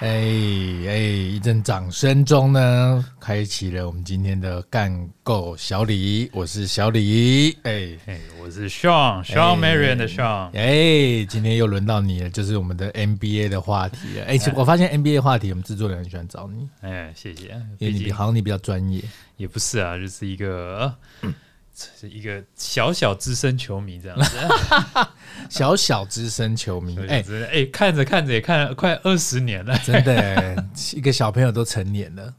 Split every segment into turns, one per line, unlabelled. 哎哎，一阵掌声中呢，开启了我们今天的干够小李，我是小李，哎
哎，我是 Sean Sean
哎
Marion 的 Sean，
哎，今天又轮到你了，就是我们的 NBA 的话题了。哎，其实我发现 NBA 话题，我们制作人很喜欢找你，
哎，谢谢，
因为
毕
你比
竟
好像你比较专业。
也不是啊，就是一个。呃这是一个小小资深球迷这 样子，
小小资深球迷，
哎
哎、
哎，看着看着也看了快二十年了，
真的、哎一个小朋友都成年了。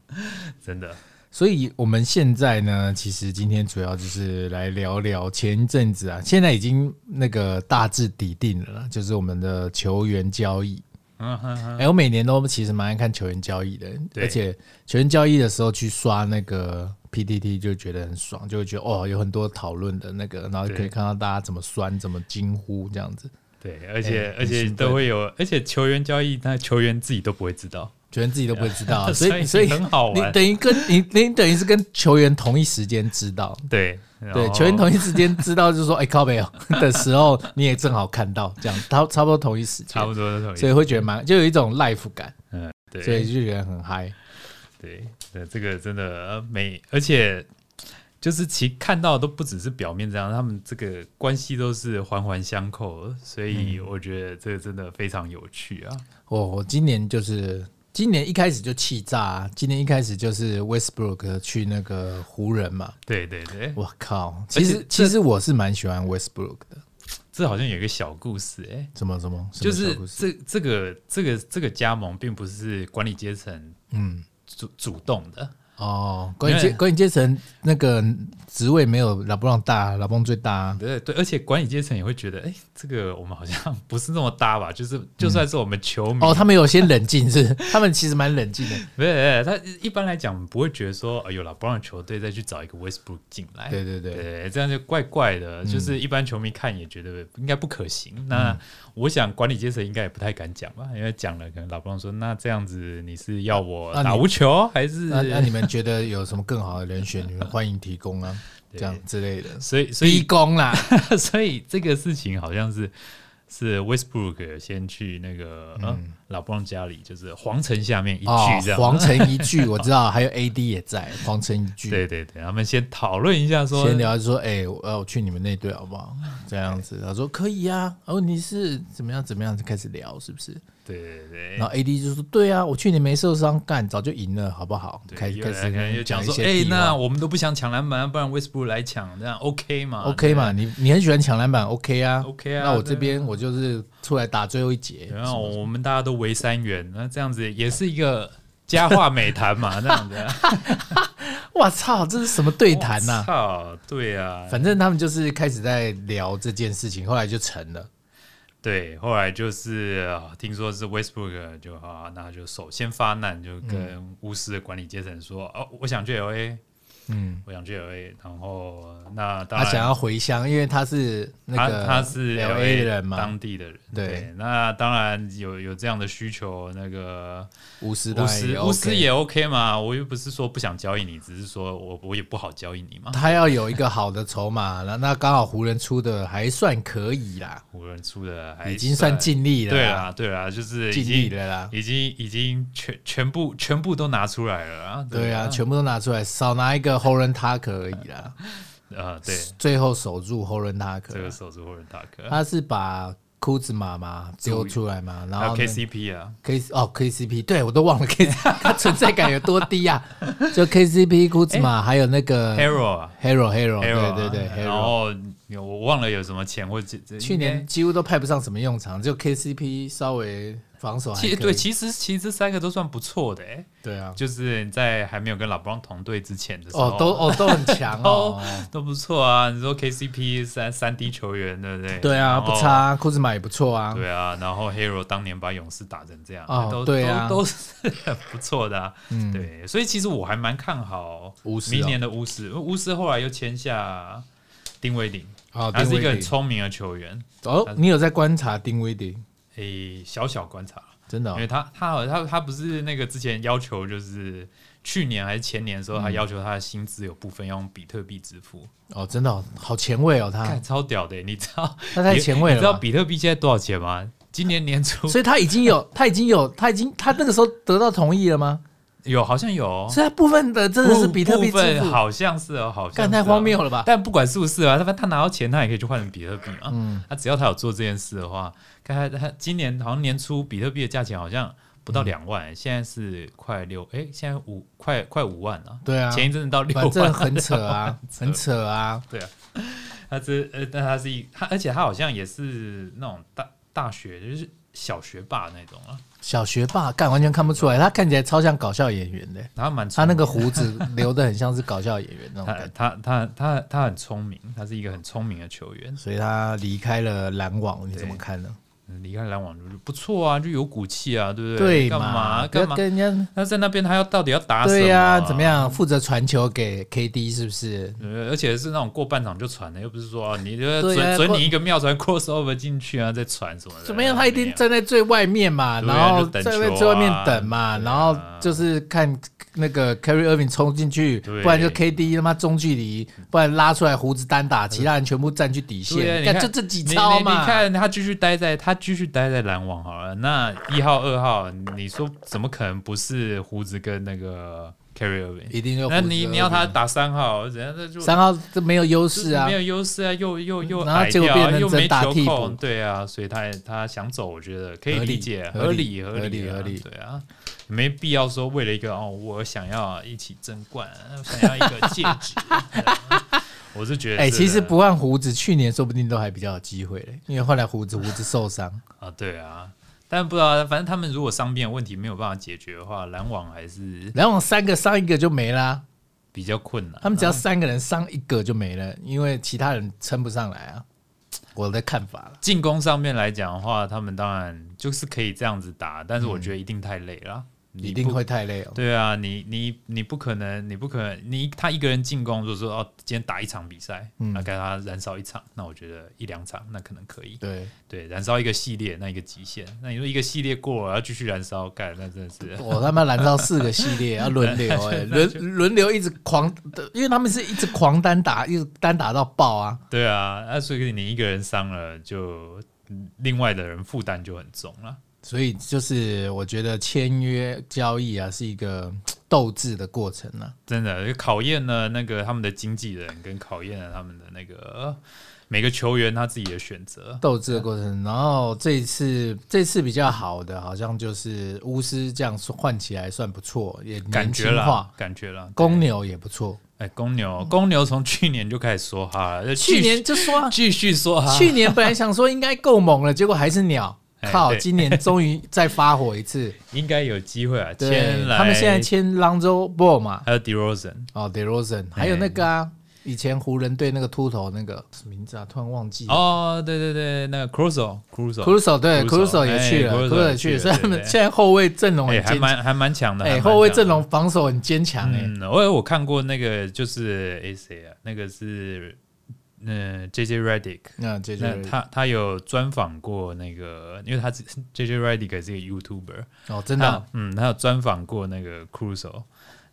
真的，
所以我们现在呢，其实今天主要就是来聊聊前一阵子啊，现在已经那个大致底定了啦，就是我们的球员交易。
嗯哼哼，
哎、我每年都其实蛮爱看球员交易的，
对
而且球员交易的时候去刷那个 PTT 就觉得很爽，就会觉得哦有很多讨论的那个，然后可以
对
看到大家怎么酸、怎么惊呼这样子，
对，而且
哎
而
很
且
兴奋
都会有，而且球员交易，那球员自己都不会知道，
球员自己都不会知道、 啊，所
所
以所以
很好
你
玩，
等于跟你你等于是跟球员同一时间知道，
对然
对，
后
球员同一时间知道， 就是说，哎、靠北哦的时候，你也正好看到，这样，差差不多同一时间
差，不多都同意，
所以会觉得蛮，就有一种 life 感，
嗯，对，
所以就觉得很嗨。
对，对，这个真的呃每，而且就是其看到都不只是表面这样，他们这个关系都是环环相扣的，所
嗯
以我觉得这个真的非常有趣啊。
我哦我今年就是今年一开始就气炸、啊，今年一开始就是 Westbrook 去那个湖人嘛，
对对对，
我靠，其
而
实
且这
其实我是蛮喜欢 Westbrook 的，
这好像有一个小故事哎、
什么什么，什
就
么
是
小故事
这这个这个这个加盟并不是管理阶层
嗯。
主主动的，
哦，管理
因
阶
为
管理阶层那个职位没有老布朗大，老布朗最大啊、
对对，而且管理阶层也会觉得，哎，这个我们好像不是那么搭吧？就是就算是我们球迷，
哦，他们有些冷静是不是，他们其实蛮冷静的。
不是，他一般来讲不会觉得说，哎呦，老布朗球队再去找一个 Westbrook 进来，
对对对
对，这样就怪怪的。就是一般球迷看也觉得应该不可行。
嗯
那我想管理阶层应该也不太敢讲吧，因为讲了，可能老布朗说，那这样子你是要我
那你
打无球、还是？
那那你们觉得有什么更好的人选，你们欢迎提供啊，这样之类的。
所以，所
提
以，
供啦，
所以这个事情好像是是 Westbrook 呃先去那个、呃老布朗家里，就是皇城下面一
哦
句 这，
嗯
样。
皇城一句我知道，还有 AD 也 在，皇城一句。
对对对，他们先讨论一下说，
先聊就说，哎、我呃我去你们那队好不好？这样子，他说可以啊。然后你是怎么样怎么样，就开始聊是不是？
对对对，
然后 AD 就说，对啊，我去年没受伤，干早就赢了，好不好？开始
有
开
人可能
始
就讲
一
说，
些
哎、
屁话
那我们都不想抢篮板，不然 Westbrook 来抢，这样 OK 嘛
OK 嘛，你你很喜欢抢篮板，OK 啊
OK 啊
那我
对啊
这边我就是出来打最后一节
对。啊然后我们大家都围三元，那这样子也是一个佳话美 谈嘛，这样子。
我操，这是什么对谈呐、
操，对啊，
反正他们就是开始在聊这件事情，后来就成了。
对，后来就是、啊听说是 Westbrook 就啊，那就首先发难，就跟巫师的管理阶层说，哦，我想去 LA，
嗯，
我想去 LA，然后那当
他
然
想要回乡，因为他是那个
他他是
L
LA
A 人嘛，
当地的人。
对
那当然有有这样的需求，那个
巫师
巫
当哎然也
师
OK
巫师也 OK 嘛，我又不是说不想交易你，只是说我我也不好交易你嘛。
他要有一个好的筹码，那那刚好湖人出的还算可以啦，
湖人出的还
已经算尽力了，
对，啦对啦，就是已
尽力
经
了啦。
已经已经全全部全部都拿出来了啊。
对啊，
啊，
全部都拿出来，少拿一个 h o r e n Tucker 而已啦。
呃对，
最后守住 h o r e n
这
Tucker，
个手是湖人大哥，
他是把库兹马嘛丢出来嘛，然
还有
后呢
KCP 啊，
K 哦 KCP，对我都 忘了 K，他存在感有多低啊？就 KCP、库兹马还有那个
h e r o 啊
Hero Hero，
，Hero
嗯哦
啊
对对对
然
，Hero。
后有我忘了有什么钱或这这
去年几乎都派不上什么用场，就 KCP 稍微防守还
其
可
对，
以。
其实其实这三个都算不错的、欸，
对啊，
就是你在还没有跟老布朗同队之前的时候，
哦都哦都很强 哦。
都不错啊。你说 KCP 三三 D 球员，对不对？
对啊，
然后
不。差，库兹马也不错啊。
哦对啊，然后 Hero 当年把勇士打成这样，哎
哦
都
对啊嗯
都都是 很不错的、啊，对，所以其实我还蛮看好
巫师哦
明年的巫师，因为巫师后来又签下丁威鼎，
哦，
他
丁
是一个
威
很
迪。
聪明的球员，
哦，你有在观察丁威迪？
诶、小小观察，
真的
因
哦
为他他好他他不是那个之前要求就是去年还是前年的时候，
嗯
他要求他的薪资有部分要用比特币支付，
哦，真的哦好前卫哦，他
看超屌的耶，你知道
他太前卫
你知道
了吧。
比特币现在多少钱吗？今年年初
所以他已经有，他已经有，他已经他那个时候得到同意了吗？
有好像有，
所以他部分的真的是比特币
哦部
支
分
付，
好像是哦，好像
干
是
太
哦
荒谬了吧？
但不管是不是啊，他反正他拿到钱，他也可以去换比特币嘛。
嗯
嗯，他只要他有做这件事的话，看他他今年好像年初比特币的价钱好像不
嗯
到两万、现在是快六，哎、现在五快快五万了、
对啊，
前一阵子到六
反正
万，
很扯啊，很扯啊。
他这呃，但他是一他，而且他好像也是那种大大学就是小学霸那种啊，
小学霸干完全看不出来，他看起来超像搞笑演员的，
然后蛮
他
聪
那
明
个胡子留的很像是搞笑演员那种感
他
觉，
他他他他很聪明，他是一个很聪明的球员，
所以他离开了篮网，你怎么看呢？
离开篮网就不错啊，就有骨气啊，对不
对
干嘛
不要
干嘛？
跟人家
他在那边他要到底要打什么、啊
对呀、
呀、
怎么？样负责传球给 KD 是不是？
呃，而且是那种过半场就传的，又不是说、啊、你就
对
准、
啊
准
过
你一个妙传 crossover 进去啊，再传什么的。
怎么样？他一定
没有
站在最外面嘛，
对啊
然后
就
站
等
在
球啊
最外面等嘛，
对啊
然后就是看那个 Carry Irving 冲进去，
对
不然就 KD 他妈中距离，不然拉出来胡子单打，其他人全部占据底
对啊
线，
你
干
看
就这几
你
招
你
嘛。
你看他继续待在他继续待在篮网好了，那一号、二号，你说怎么可能不是胡子跟那个 Carry Irving？
一定要胡
那
子
你你要他打三号，人家那就
三号这没有优
就
势啊嗯
没，有优势啊，又又又
然后
矮
结果
掉
变
啊
成
又
只能
没
打
球
替补
控，对啊，所以他他想走，我觉得可以
合理
理解，
合理
理
合
合
理
啊
合理
对啊，没必要说为了一个哦，我想要一起争冠，我想要一个戒指， 对啊我是觉得
哎、
这个
其实不换胡子，去年说不定都还比较有机会嘞，因为后来胡子胡子受伤，
啊，对啊，但不知道，反正他们如果伤病的问题没有办法解决的话，篮网还是
然后三个伤一个就没啦、
比较困难。
他们只要三个人伤一个就没了，因为其他人撑不上来啊。我的看法了，
进攻上面来讲的话，他们当然就是可以这样子打，但是我觉得一定太累了。你
嗯一定
不
会太累哦。
对啊，你你你不可能，你不可能，你他一个人进攻，如果说哦，今天打一场比赛，
嗯
那、给他燃烧一场，那我觉得一两场那可能可以。
对，
对，燃烧一个系列，那一个极限。那你说一个系列过了，要继续燃烧，干那真的是
我他妈燃烧四个系列要轮 流哎、轮轮流一直狂，因为他们是一直狂单打，一直单打到爆啊。
对啊。那所以你一个人伤了，就嗯另外的人负担就很重了。
所以就是我觉得签约交易啊是一个斗志的过程啊。
真的就考验了那个他们的经纪人，跟考验了他们的那个呃每个球员他自己的选择。
斗志的过程。然后这一次这次比较好的，好像就是巫师这样换起来算不错，也
感觉
年轻
了
化，，
感觉了。
公牛也不错。
哎，公牛，公牛从去年就开始说哈了，就继
嗯去年就说啊、
继续说哈，
去年本来想说应该够猛了，结果还是鸟。
哎
靠！
对
今年终于再发火一次。
应该有机会啊。
对
签，来
他们现在签 Lonzo Ball 嘛，
还有 DeRozan，
哦 DeRozan，还有那个啊，以前湖人队那个秃头那个什么名字啊，突然忘记了。
哦，对对对，那个 Crusoe，Crusoe，
Crusoe 对
Caruso，
Crusoe 也去
哎
了
，Caruso
，Crusoe 也
也
去了，
去了
所以他们
对对
现在后卫阵容
哎，
很
还
坚强。
蛮还蛮强的，还
哎，
蛮
后卫
强
阵
的。
容防守很坚强哎。
嗯，我有我看过那个就是哎谁啊，那个是嗯 JJ Redick，
那这就
那
是
他他有专访过那个，因为他是 JJ Redick 是一个 YouTuber，
哦，真的哦、
他嗯，他有专访过那个 Crusoe，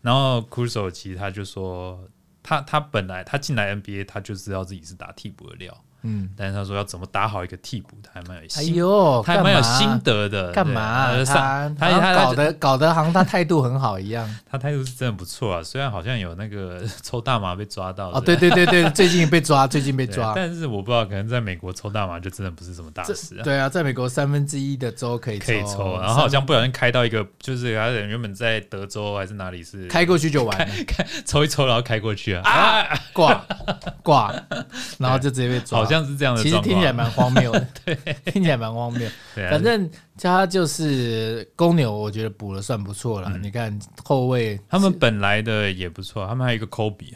然后 Crusoe 其实他就说，他他本来他进来 NBA 他就知道自己是打替补的料，
嗯，
但是他说要怎么打好一个替补，他还蛮有
哎
心，
呦，
他还蛮有
干嘛啊
心得的，
干
对
嘛
他
啊？他
就上他
他
他
搞得搞得好像他态度很好一 样。
他态度是真的不错啊，虽然好像有那个 抽大麻被抓到
哦，对。对对对，最近被抓，最近被
对
抓。
但是我不知道，可能在美国抽大麻就真的不是什么大事啊。
对啊，在美国三分之一的州可以
可以
啊
抽，啊然后好像不小心开到一个，就是他人原本在德州还是哪里是
三开过去就完了，
抽一抽，然后开过去啊，啊
挂挂，然后就直接被抓。
好像是这样的
其实
状况。
听起来蛮荒谬 的，听起来蛮荒谬。
对啊，
反正他就是公牛，我觉得补的算不错
嗯
了。你看后卫，
他们本来的也不错，他们还有一个 Kobe，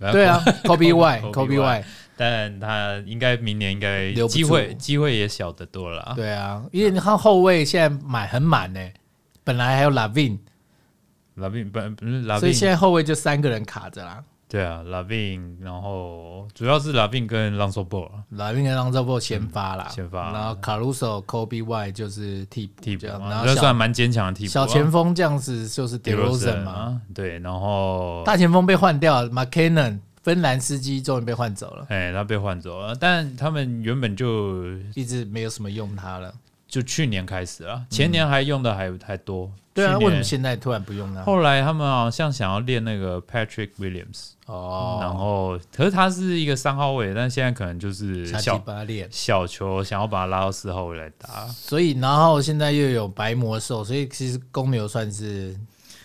对，啊，Kobe
Kobe
Y，Kobe Y，
但他应该明年应该
留不住
机会机会也小得多了啊。
对啊，因为你看后卫现在买很满呢、欸本来还有 Lavin，
拉宾本不是拉
所以
宾，
现在后卫就三个人卡着啦。
对啊，拉宾，然后主要是拉宾跟啊朗索波尔
Lavin 跟 l o n z o b 先发啦，
嗯先发
然后 Caruso、Kobe Y 就是替补
替补
这样，然
啊，
后
这
小
算蛮坚强的替补啊。
小前锋这样子就是 DeRozan 嘛，
啊，对，然后
大前锋被换掉了，McKinnon 芬兰司机终于被换走了，
哎，他被换走了，但他们原本就
一直没有什么用他了。
就去年开始啊，前年还用的还、还多。
对啊，为
去年
什么现在突然不用呢？
后来他们好像想要练那个 Patrick Williams，、然
哦，
后可是他是一个三号位，但现在可能就是
下嗯
小
鸡巴练，
小球想要把他拉到四号位来打。
所以然后现在又有白魔兽，所以其实公牛算是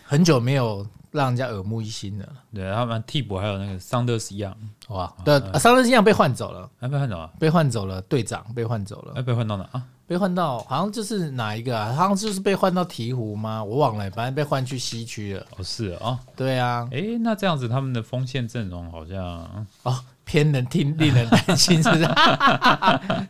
很久没有让人家耳目一新了。
对，他们替补还有那个桑德斯一样，
哇，对，啊桑德斯一样被换走了，
哎，被换到啊，
被换走了，队长被换走了，
哎，被换到哪啊？
被换到好像就是哪一个啊？好像就是被换到鹈鹕吗？我忘了，反正被换去西区了。
哦，是啊，
对啊，
哎、那这样子他们的锋线阵容好像
哦，偏能听，令人担心， 是不是？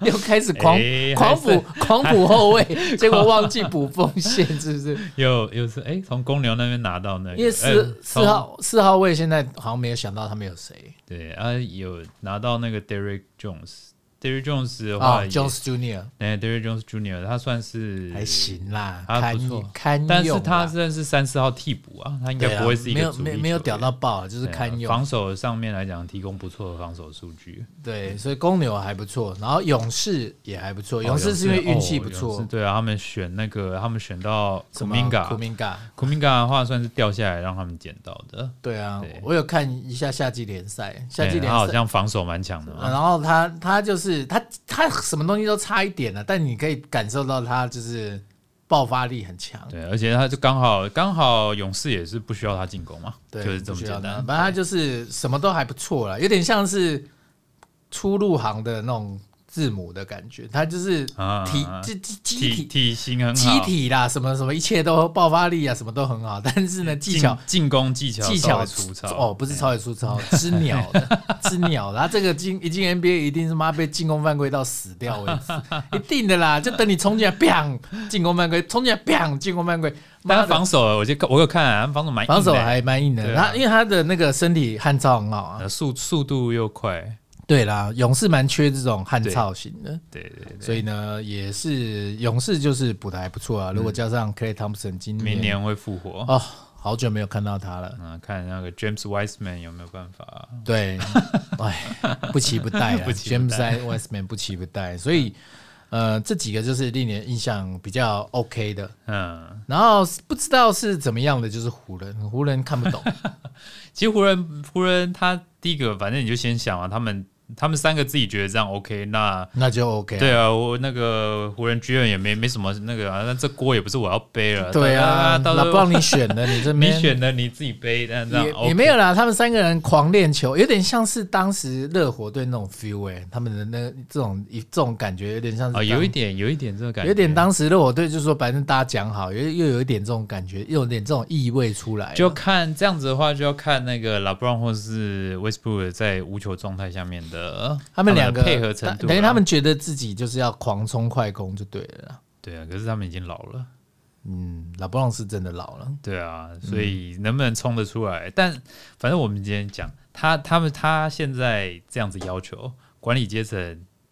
又开始狂、
哎
狂
还是
补狂补后卫， 结果忘记补锋线，是不是？
又又是哎，从、公牛那边拿到那个，
因为
哎
四
呃从
四号四号位现在好像没有想到他们有谁
对啊，有拿到那个 Derek Jones。Derek Jones 的话
啊
也，
，Jones Junior
哎、d e r r k Jones Jr. 他算是
还，行啦，
还不
堪
错
堪用啦，
但是他算是三四号替补啊，他应
对
该
啊
不会是一
没
个
有
主
没
力
有没有
球员
屌到爆，就是
对啊
堪用
防。守上面来讲，提供不错的防守数据。
对，所以公牛还不错，然后勇士也还不错，勇士哦是因为运气不
哦哦勇士
错，
对啊，他们选那个，他们选到库
什么
明
库
嘎，
明嘎，
库明嘎的话算是掉下来让他们捡到的。
对啊
对，
我有看一下夏季联赛，夏季
对
联
他好
赛啊
像防守蛮强的嘛。
然后他他就是他他什么东西都差一点了，但你可以感受到他就是爆发力很强，
对，而且他就刚好刚好勇士也是不需要他进攻嘛，就
对，
是这么
不需要
简单
他。反正他就是什么都还不错了，有点像是初入行的那种字母的感觉，他就是
啊
体
啊啊
这这机
体
体
体型很好，
机体啦，什么什么一切都爆发力啊，什么都很好，但是呢技
进
巧。
进攻技巧
技
稍
巧
微粗糙哎
哦，不是超级粗糙，吃鸟的，吃鸟的。他啊这个进一进 NBA 一定是妈被进攻犯规到死掉为止，一定的啦。就等你冲进来，砰，进攻犯规；冲进来，砰，进攻犯规。
但
妈
他
的
防守，我就我有看、啊，他防守蛮硬的
防守还蛮硬
对
的，
啊
他因为他的那个身体汗操很好啊。
呃速速度又快，
对啦，勇士蛮缺这种汉操型的，
对对对。
所以呢，也是勇士就是补的还不错啊。如果加上 Clay Thompson 今
嗯明年会复活。
哦，好久没有看到他了。
嗯，看那个 James Wiseman 有没有办法？
对，哎，不期不待啊
不期不
，James
待
Westman 不期不待，所以呃，这几个就是令人印象比较 OK 的。
嗯，
然后不知道是怎么样的，就是湖人，湖人看不 懂，
其实湖人湖人他第一个，反正你就先想啊，他们他们三个自己觉得这样 OK，那
那就 OK 啊。
对啊，我那个湖人居然也没没什么那个啊，那这锅也不是我要背了。
对啊，
到
那
时
不
候
让你选的，你这
你
边
选的你自己背，但这样哦
也
OK
也没有啦，他们三个人狂练球，有点像是当时热火队那种 feel 哎、他们的那这种一这种感觉有点像是
啊，
当、
有一点有一点这个感觉，
有点当时热火队就说反正大家讲好，又又有一点这种感觉，又有点这种意味出来了，
就看这样子的话，就要看那个 LeBron 或是 Westbrook 在无球状态下面的
他们两
的
个
配合程度啦，
等于他们觉得自己就是要狂冲快攻就对了啦。
对啊，可是他们已经老了，
嗯，老布朗是真的老了，
对啊，所以能不能冲得出来？但反正我们今天讲他，他们他现在这样子要求管理阶层，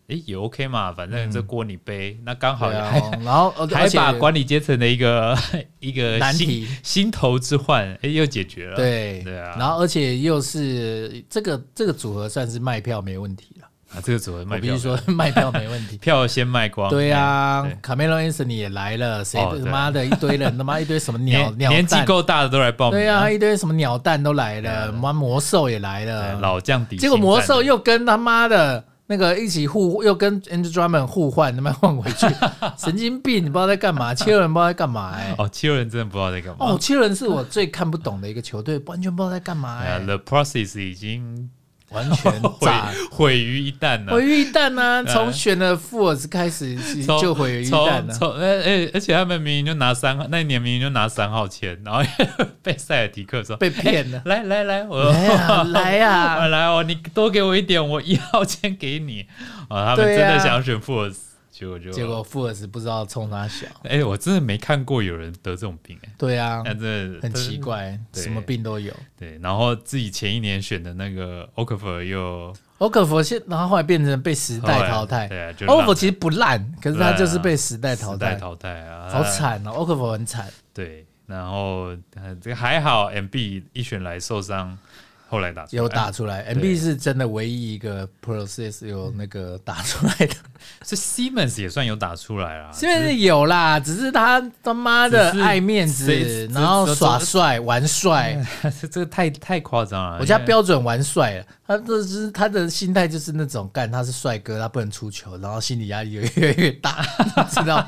诶也 OK 嘛，反正这锅你背，那刚好
嗯对
还、
啊，然后呃
还
而且
把管理阶层的一个 一个
难
心
题
心头之患，诶又解决了，
对
对啊
然后而且又是这个这个组合算是卖票没问题了，
啊，这个组合卖
我必
票
须
的，
说 卖票没问 题。
票先卖光，
对啊
对，
卡梅隆·安森尼也来了，谁
哦对
他妈的一堆人，他妈一堆 什么鸟
年
鸟
年纪
蛋，
够大的都来报名，
对啊，一堆什么鸟蛋都来了，
对
妈魔兽也来
对
了，
呃老将底，
结果魔兽。又跟他妈的那个一起互，又跟 Andrew Drummond 互换，他妈换回 去，神经病，你不知道在干嘛，切尔人不知道在干嘛哎，
哦，七六人真的不知道在干嘛。
哦，切尔人是我最看不懂的一个球队，完全不知道在干嘛
哎
哎，
呀 ，The Process 已经
完全
毁
炸。
毁于一旦了
毁。于一旦 啊！
对
从选了富尔兹开 始其实
哎从
就毁于一啊旦了
从。从哎哎，而且他们明明就拿三号，那一年明明就拿三号签，然后 被塞尔提克说
被骗了
哎来来来，我
来呀 来啊呀
我来哦，你多给我一点，我一号签给你。啊，他们真
对啊
的想要选富尔斯，结果就
啊结果富尔兹不知道冲他小。
哎，我真的没看过有人得这种病哎，
对啊，
那真的
很奇。怪，
对
什么病都有。
对，然后自己前一年选的那个 o k 福又
欧可佛现，然后后来变成被时代淘
后来
汰。
对啊就
欧可
让
佛其实不烂，可是
烂
他
啊
就是被时代淘
时代
汰，
淘汰啊，
好惨哦。欧可佛很惨，
对，然后呃这个还好，MB 一选来受伤，后来打出来哎
有打出来。MB 是真的唯一一个 process 有那个打出来的，
所以 Siemens 也算有打出来啦。
虽然有啦，只是他他妈的
只是
爱面
只是
子，然后耍帅玩帅，
只是 这个太太夸张了。
我家
因为
标准玩帅了。他这就是他的心态就是那种干他是帅哥，他不能出球，然后心理压力越越越大，知 道？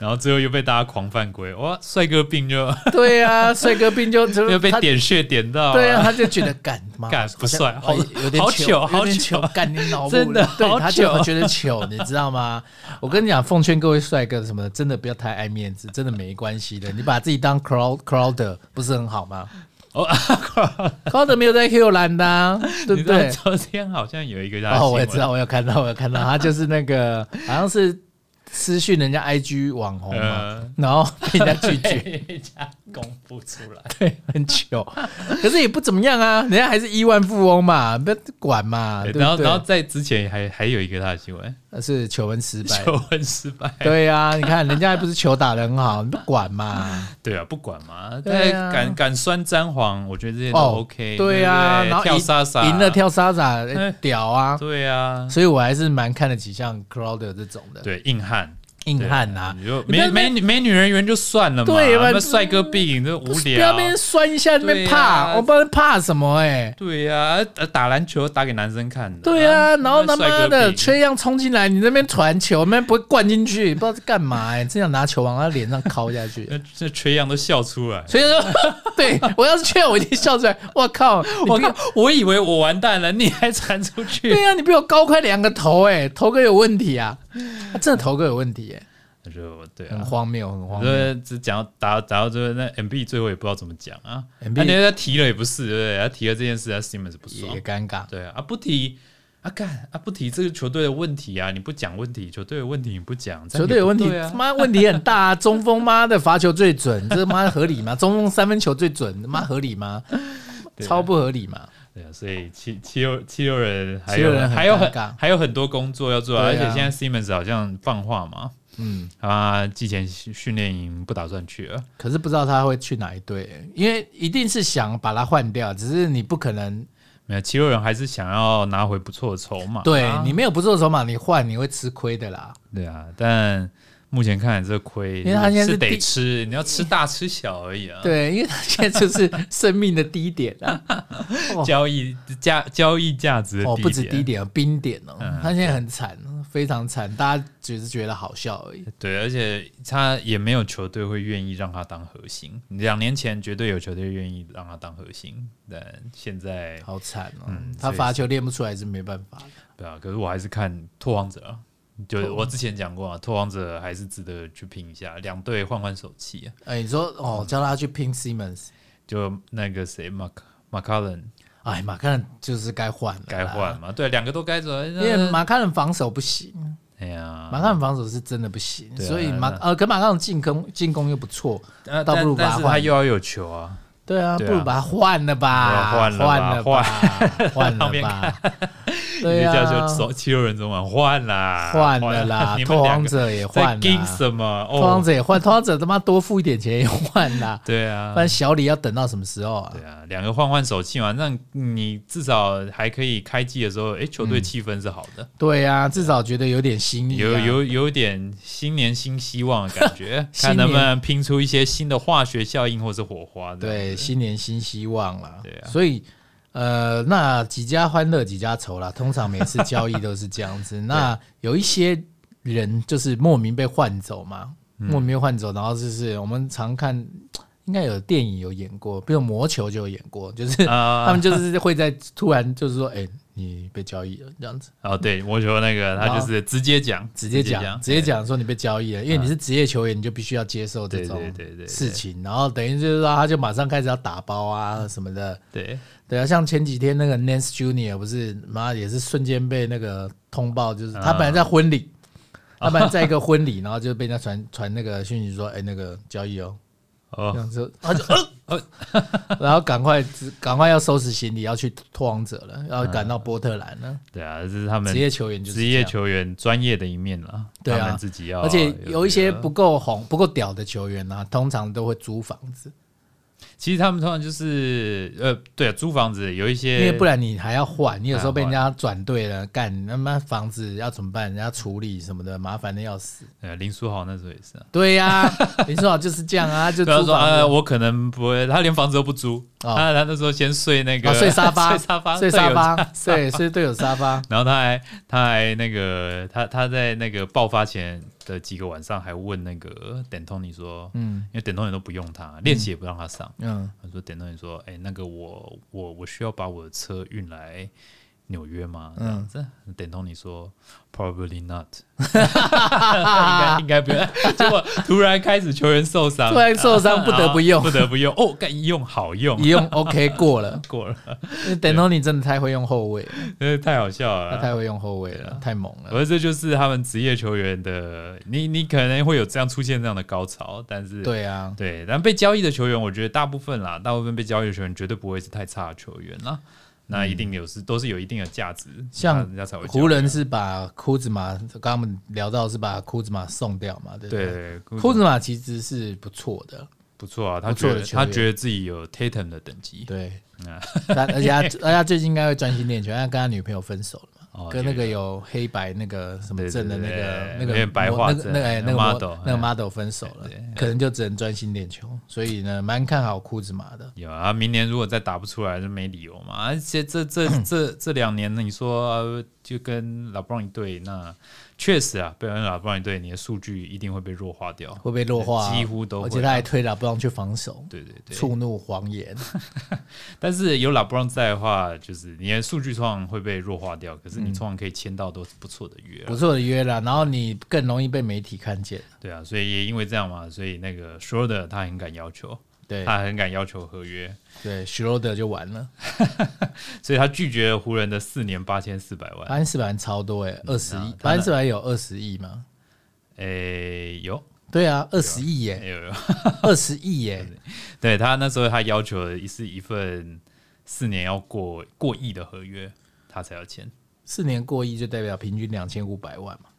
然后最后又被大家狂犯规，哇，帅哥病就
对啊，帅哥病就就
又被
他
点穴点到，
对啊，，他就觉得干妈
干不帅
像
好
有点
好糗
糗，
好
有点
糗
糗，干你脑部
真的
对
好，
他就
糗
觉得糗，你知道吗？我跟你讲，奉劝各位帅哥什么的，真的不要太爱面子，真的没关系的。你把自己当 crowd crowder 不是很好吗？
哦
哦，crowder 没有在 Q 栏的啊，对
你
不
知道
对？
昨天好像有一个大
哦，
新
我也
闻，
知道，我有看到，我有看到，他就是那个好像是私讯人家 IG 网红嘛，
呃，
然后被人家拒绝。
被家公布出来，
对， 很糗，可是也不怎么样啊，人家还是亿万富翁嘛，不要管嘛，啊对
对
不
然后
对
然后在之前还还有一个大新闻，
那是求婚失败。
求婚失败，
对啊，你看人家还不是球打得很好，你不管 嘛。
对啊，不管嘛，
对
但
啊哦
敢敢酸詹皇，我觉得这些都 OK，
对
不
啊，
对
然后
跳
赢
莎莎
赢了，跳莎莎，哎
哎
屌 啊！
对啊，
所以我还是蛮看得起像 Crowder 这种的
对硬汉。
硬汉啊。
你就
你不
没
要
没没女人缘就算了嘛，
对吧
那帅哥病这无
不要
聊
那。边酸一下，那
对
边
啊
怕，我不知道怕什么哎。
对呀、啊，打篮球打给男生看的。
对啊，然后他
帅
妈
哥
的
病
缺样冲进来，你那边传球，那边不会灌进去，不知道是干嘛哎，真想拿球往他脸上敲下去。
那这缺氧都笑 出来。
所以说，对我要是劝我一定笑出来。 我靠，你
我
比
靠！我以为我完蛋了，你还传出去
对，啊呀、你比我高快两个头、哎，头哥有问题啊！啊真的头哥有问题、
那就对
哎，很
啊。
荒谬，很荒谬。
这只讲到打打到最后，那 MB 最后也不知道怎么讲啊。
MB
那人家提了也不是，对不对？他提了这件事，他 Simmons 不爽
也，尴尬，
对啊，啊不提啊干啊不提这个球队的问题啊，你不讲问题，球队的问题你不讲，这
球
样
队有问题
也不对，啊
他。妈问题很大啊！中锋妈的罚球最 准，这他妈合理吗？中锋三分球最准，他妈合理吗？
对啊
超不合理嘛！
对啊，所以七七六七六人还
七
有
六人很
还有很
尴尬
还有很多工作要做、啊，而且
对啊
现在 Simmons 好像放话嘛，
嗯，
他季前训训练营不打算去了。
可是不知道他会去哪一队、因为一定是想把他换掉，只是你不可能。
没有，七六人还是想要拿回不错的筹码、
对
啊
你没有不做筹码，你换你会吃亏的啦。
对啊，但目前看来这亏，
因为他现在是
是得
第
吃，你要吃大吃小而已啊。，
对，因为他现在就是生命的低点啊，
交易价交易价值的
哦，不止
低
低
点。
点，冰点哦
嗯，
他现在很惨，非常惨，大家只是觉得好笑而已。
对，而且他也没有球队会愿意让他当核心。两年前绝对有球队愿意让他当核心，但现在
好惨哦
嗯！
他罚球练不出来是没办法的。
对啊，可是我还是看拓荒者啊。就我之前讲过啊，拓荒者还是值得去拼一下，两队换换手气啊。
哎，你说哦，叫他去拼 Simmons，
就那个谁，Mark m c c a l l u m
哎，马卡伦就是该换了，
该换。嘛？对，两个都该走。因
啊因为马卡伦防守不行，
哎呀，
马卡伦防守是真的不行，
对啊
所以马
那
呃，可马卡伦进攻进攻又不错，
啊
倒不
但
如把它
但是
换
他又要有球啊，
对啊，不
对啊
如把他换了吧，
对啊换了吧
了吧，换
当
了
面
吧，
你
对
就
啊，
叫球七六人中嘛，啊换啦，，
换了啦
你们
拓
两
荒
个
者也
在
换
盯
了。
什么？
拓荒
哦，，
者也换，拓荒者他妈多付一点钱也换啦
对 啊
不，然小李要等到什么时候啊
对？啊，两个换换手气嘛，让你至少还可以开季的时候，哎，球
嗯
队气氛是好的，
对啊，至少觉得有点新意、啊，，
有有有点新年新希望的感 觉
新
看
年
能不能拼出一些新的化学效应或是火花这样
对
子。
新年新希望啦。
对啊
所以呃，那几家欢乐几家愁啦，通常每次交易都是这样 子。那有一些人就是莫名被换走嘛，
嗯
莫名被换走，然后就是我们常看。应该有电影有演过，比如《魔球》就有演过，就是
啊
他们就是会在突然就是说，哎、你被交易了这样子，
哦，对，我球那个他就是直接讲，
直接讲，直接讲说你被交易了，因为你是职业球员，你就必须要接受这种
对对对对对
事情，然后等于就是说他就马上开始要打包啊什么的，
对，
对啊，像前几天那个 Nance Junior 不是妈也是瞬间被那个通报，就是他本来在婚礼，他本来在一个婚礼，然后就被人家传传那个讯息说，哎，那个交易哦，这
哦，
样子，他就呃， 然后赶快赶快要收拾行李，要去拓王者了，要赶到波特兰了，
对啊，这是他们
职业球员就是
职
这
业
样。
球员专业的一面了，
对啊
他们自己要，
而且有一些
哦这个
不够红、不够屌的球员啊，通常都会租房子，
其实他们通常就是呃，对、啊，租房子有一些，
因为不然你还要换，你有时候被人家转队了，干他妈房子要怎么办？人家处理什么的，麻烦的要死。
呃，林书豪那时候也是啊，
对呀、林书豪就是这样啊，就
不要
租
说啊，
房子。
我可能不会，他连房子都不租，
哦
他他那时候先睡那个、
啊，睡沙发，
睡沙发，
睡
队
沙
友
发
家，
对，睡队友沙发，
然后他还他还那个他他在那个爆发前的几个晚上还问那个等通你说，
嗯
因为等通你都不用他，练习也不让他上。
嗯，
他说等通你说，哎、那个我我我需要把我的车运来纽约吗？这
嗯
样子，等通你说 probably not，应该应该不用。结果突然开始球员受伤，
突然受伤不得不用
啊不得不用哦，干一用好用
一用 OK 过了。
过了，
等到你真的太会用后卫了，
真的太好笑了
他
啦。
太会用后卫了，太猛了。
而这就是他们职业球员的，你你可能会有这样出现这样的高潮，但是
对啊，
对，但被交易的球员，我觉得大部分啦，大部分被交易的球员绝对不会是太差的球员啦，那一定有是、都是有一定的价值，
像
那人家才会交易啊
湖人是把库兹马，刚刚我们聊到是把库兹马送掉嘛，对不对？
对
库
库兹
兹马其实是不错的，
不错啊，他
不错
觉
的
得
球员
他觉得自己有 Tatum 的等级，
对
啊。
他 而且他而且他最近应该会专心练球，因为他跟他女朋友分手了嘛，
哦
跟那个
有
有黑白那个什么
对
证的那
对
个
对
那个
有点白
模
化
那个
症
那个哎那个
model，
模那个
哎
model 分手了，可能就只能专心练球，所以呢，蛮看好库兹马的。
有啊，明年如果再打不出来，就没理由嘛。而且这 这这这两年呢，你说、呃就跟老布朗一队，那确实啊，被老布朗一队，你的数据一定会被弱化掉。
会被弱化，
几乎都会
而
啊
且他还推了布朗去防守，
对对对，
触怒黄岩。
但是有老布朗在的话，就是你的数据通常会被弱化掉，可是你通常可以签到都是不错的约、啊，
不错的约啦，然后你更容易被媒体看见。
对啊，所以也因为这样嘛，所以那个说的他很敢要求，
对
他很敢要求合约，
对，许罗德就完了，
啊所以他拒绝了湖人的四年八千四百万，
巴恩斯板超多哎、欸，二十
啊
亿，
他
巴恩斯板有二十亿吗？
诶、有
对啊，二十亿耶，
有有。
二十亿耶，
对他那时候他要求的是一份四年要过过亿的合约，他才要签，
四年过亿就代表平均两千五百万嘛，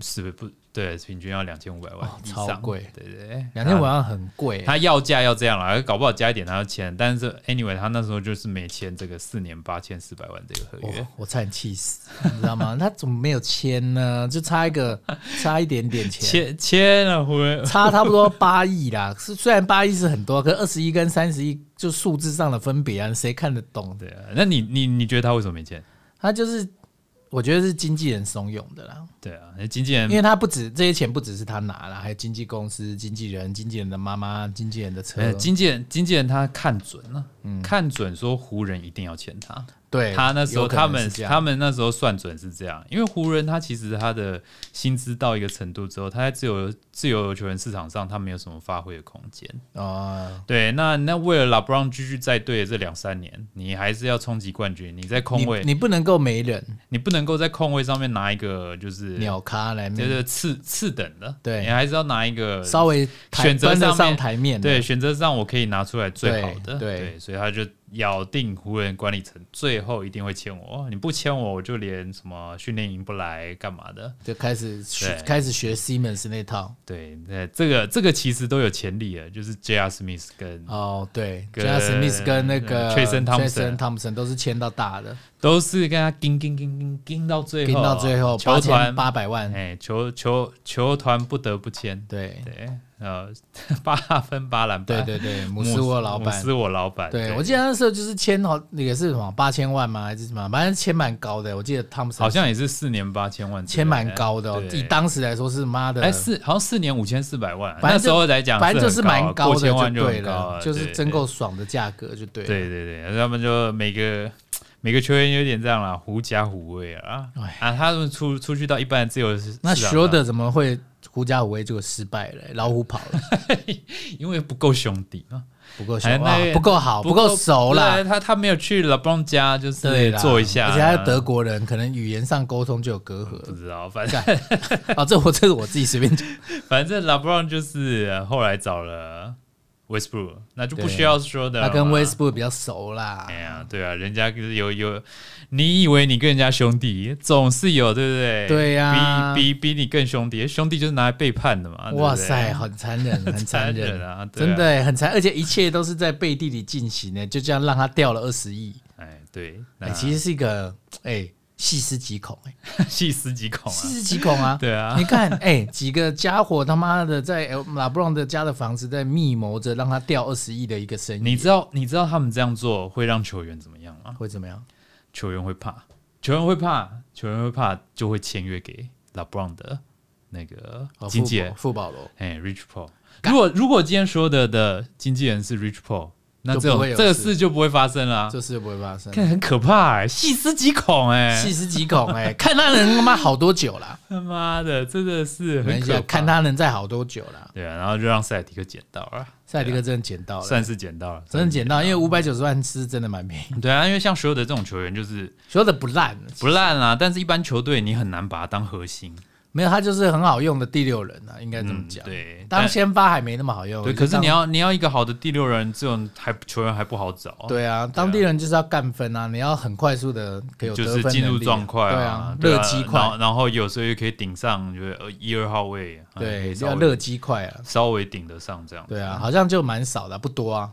是不是不对？平均要两千五百万
哦
以上，
超贵
对对对，
两千五百
他。
万很贵欸、
他要价要这样啦，搞不好加一点他要签，但是 anyway 他那时候就是没签这个四年八千四百万这个合
我、
约，
我差点气死，你知道吗？他怎么没有签呢？就差一个，差一点点钱，
签签了湖人，
差差不多八亿啦。是虽然八亿是很多，可二十亿跟三十亿就数字上的分别啊，谁看得懂？
对啊，那你你你觉得他为什么没签？
他就是我觉得是经纪人怂恿的啦，
对啊，那经纪人
因为他不止这些钱不只是他拿了，还有经纪公司、经纪人、经纪人的妈妈、经纪人的车
呃，经纪人经纪人他看准了，看准说湖人一定要签他，
嗯对
他那时候
有可能
他们
是这样
他们那时候算准是这样，因为湖人他其实他的薪资到一个程度之后，他在自由自由球员市场上他没有什么发挥的空间。
哦，
对，那那为了拉布朗继续在队的这两三年，你还是要冲击冠军，你在空位
你
你
你不能够没人
不能够在空位上面拿一个就是
鸟咖来面，
就是次次等的，
对
你还是要拿一个
稍微抬
选择
端得
上
上
面
台面的，
对，选择上我可以拿出来最好的，
对对
所以他就咬定湖人管理层最后一定会签我，你不签我，我就连什么训练营不来干嘛的，
就开始学
对
开始学 Siemens 那套
对，那这个这个其实都有潜力啊的，就是 J.R. Smith 跟、
哦，对
跟
，J. Smith 跟那个
呃，Tristan Thompson
Tristan Thompson 都是签到大的，
都是跟他盯盯盯盯盯到最后，
拼到最后
球
八
团
千八百万，
哎，球球球团不得不签，
对
对，呃，八分八篮
对
板，
对对，
姆
姆
斯，
斯沃老
哎姆
板
斯我老板，
对，我记得那时候就是签好那个是什么八千万吗？还是什么？反正签蛮高的。我记得汤姆森
好像也是四年八千万之类的，
签蛮高的、哦，
对
以当时来说是妈的，
哎，四好像四年五千四百万，
反正
那
就
时候来讲，
反正就是蛮
高
高
啊，过
的
千万
就对
很高
了，
啊，
就是
对
真够爽的价格就对了。
对对对，对他们就每个每个球员有点这样啦，狐假虎威啊
哎
啊，他们出出去到一般的自由市
那
市
s c h
场啊
r
上
o d e r 怎么会狐假虎威就失败了、老虎跑 了，
因为不够兄弟嘛，
不够
哎
熟
那
啊，不够好，不够熟
对
啦。
他他没有去 LeBron 家，就是
对啦，
做一下，啊
而且他是德国人，可能语言上沟通就有隔
不
阂。 哦
知道，反正。
啊，这我这是我自己随便讲。
反正 LeBron 就是呃后来找了 Westbrook，那就不需要说的了
他
嘛。
跟 Westbrook 比较熟 啦
哎。呀，对啊，人家就是有有，你以为你跟人家兄弟，总是有对不对？
对呀
比比比你更兄弟，兄弟就是拿来背叛的啊嘛。对不对
哇塞，，很残忍， 很残
残
忍
忍啊对啊
真的欸很残，而且一切都是在背地里进行的，就这样让他掉了二十亿，
哎，对，
哎
那
其实是一个哎细思极恐，哎
细思极恐啊
细。思极恐啊！
对啊
你，看， 哎，几个家伙他妈的在拉布朗的家的房子在密谋着让他掉二十亿的一个生意，
你知道你知道他们这样做会让球员怎么样吗？
会怎么样？
球员会怕，球员会怕，球员会怕，就会签约给 LeBron 的那个
哦
经纪人
富保富保罗
哎，Rich Paul。如果如果今天说的的经纪人是 Rich Paul，那这
就不
种
会有
这个
事
事就不会发生了啊。
这事不会发生，
看很可怕、欸，细思极恐哎、
细思极恐， 哎，看他能他妈好多久啦？
他妈的，真的是
等
很
一
可
下，
怕。
看他能再好多久啦？
对啊，然后就让塞尔提克捡到了，
塞迪克真的捡到了，
算是捡到了，
真的捡到，因为五百九十万是真的蛮便宜，
对啊，因为像所有的这种球员就是
说的不烂，
不烂啦、但是一般球队你很难把他当核心，
没有他就是很好用的第六人啊，应该这么讲。
嗯对
当
但
先发还没那么好用。
对，
就
可是
当
你要你要一个好的第六人，这种还球员还不好找，
对啊，当地人就是要干分啊，你要很快速的可以有
就
得
是
分
进入
能力
状况
对
啊
啊，，
对啊
热机
然
快
后，然后有时候又可以顶上，就是呃一二号位，啊可
对，
以
就
稍
要
微
热机快啊，
稍微顶得上这样，
对啊，好像就蛮少的，不多啊。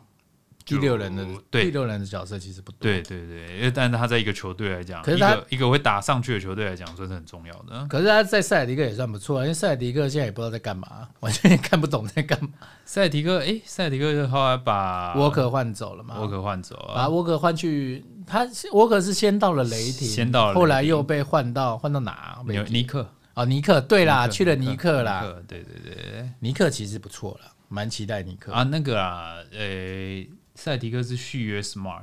第
就
六人的
对
第六人的角色其实不多，
对对对，因为但是他在一个球队来讲，
可是
一
他
个一个会打上去的球队来讲，算是很重要的。
可是他在塞尔迪克也算不错啊，因为塞尔迪克现在也不知道在干嘛， 完全也看不懂在干嘛。
塞提克，诶，塞提克后来把
沃克换走了嘛，
沃克换走啊
把，沃克换去，他是沃克是先到了雷霆，
先到了雷霆
后来又被换到换到哪？
纽尼克
哦，尼克，对啦，
尼克
去了尼克
尼
啦，
克对对对对
尼克其实不错啦，蛮期待尼克。
啊，那个啊，诶，塞提克是续约 Smart。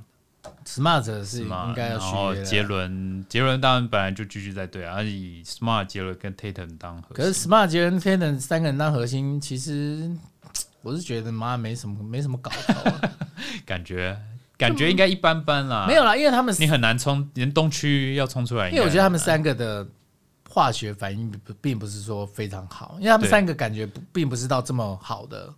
Smart 是
嘛，
应该要
然后
续
杰
约的啦，啊
伦，杰伦当然本来就继续在队啊，而以 Smart 杰伦跟 Tatum 当核
可
心。
是 Smart 杰伦 t a n 三个人当核心，其实我是觉得妈没什么没什么搞头 啊，
感觉感觉应该一般般啦，
没有啦，因为他们
你很难冲，连东区要冲出来应该很难。啊
因为我觉得他们三个的化学反应不并不是说非常好，因为他们
对
三个感觉不并不是到这么好的，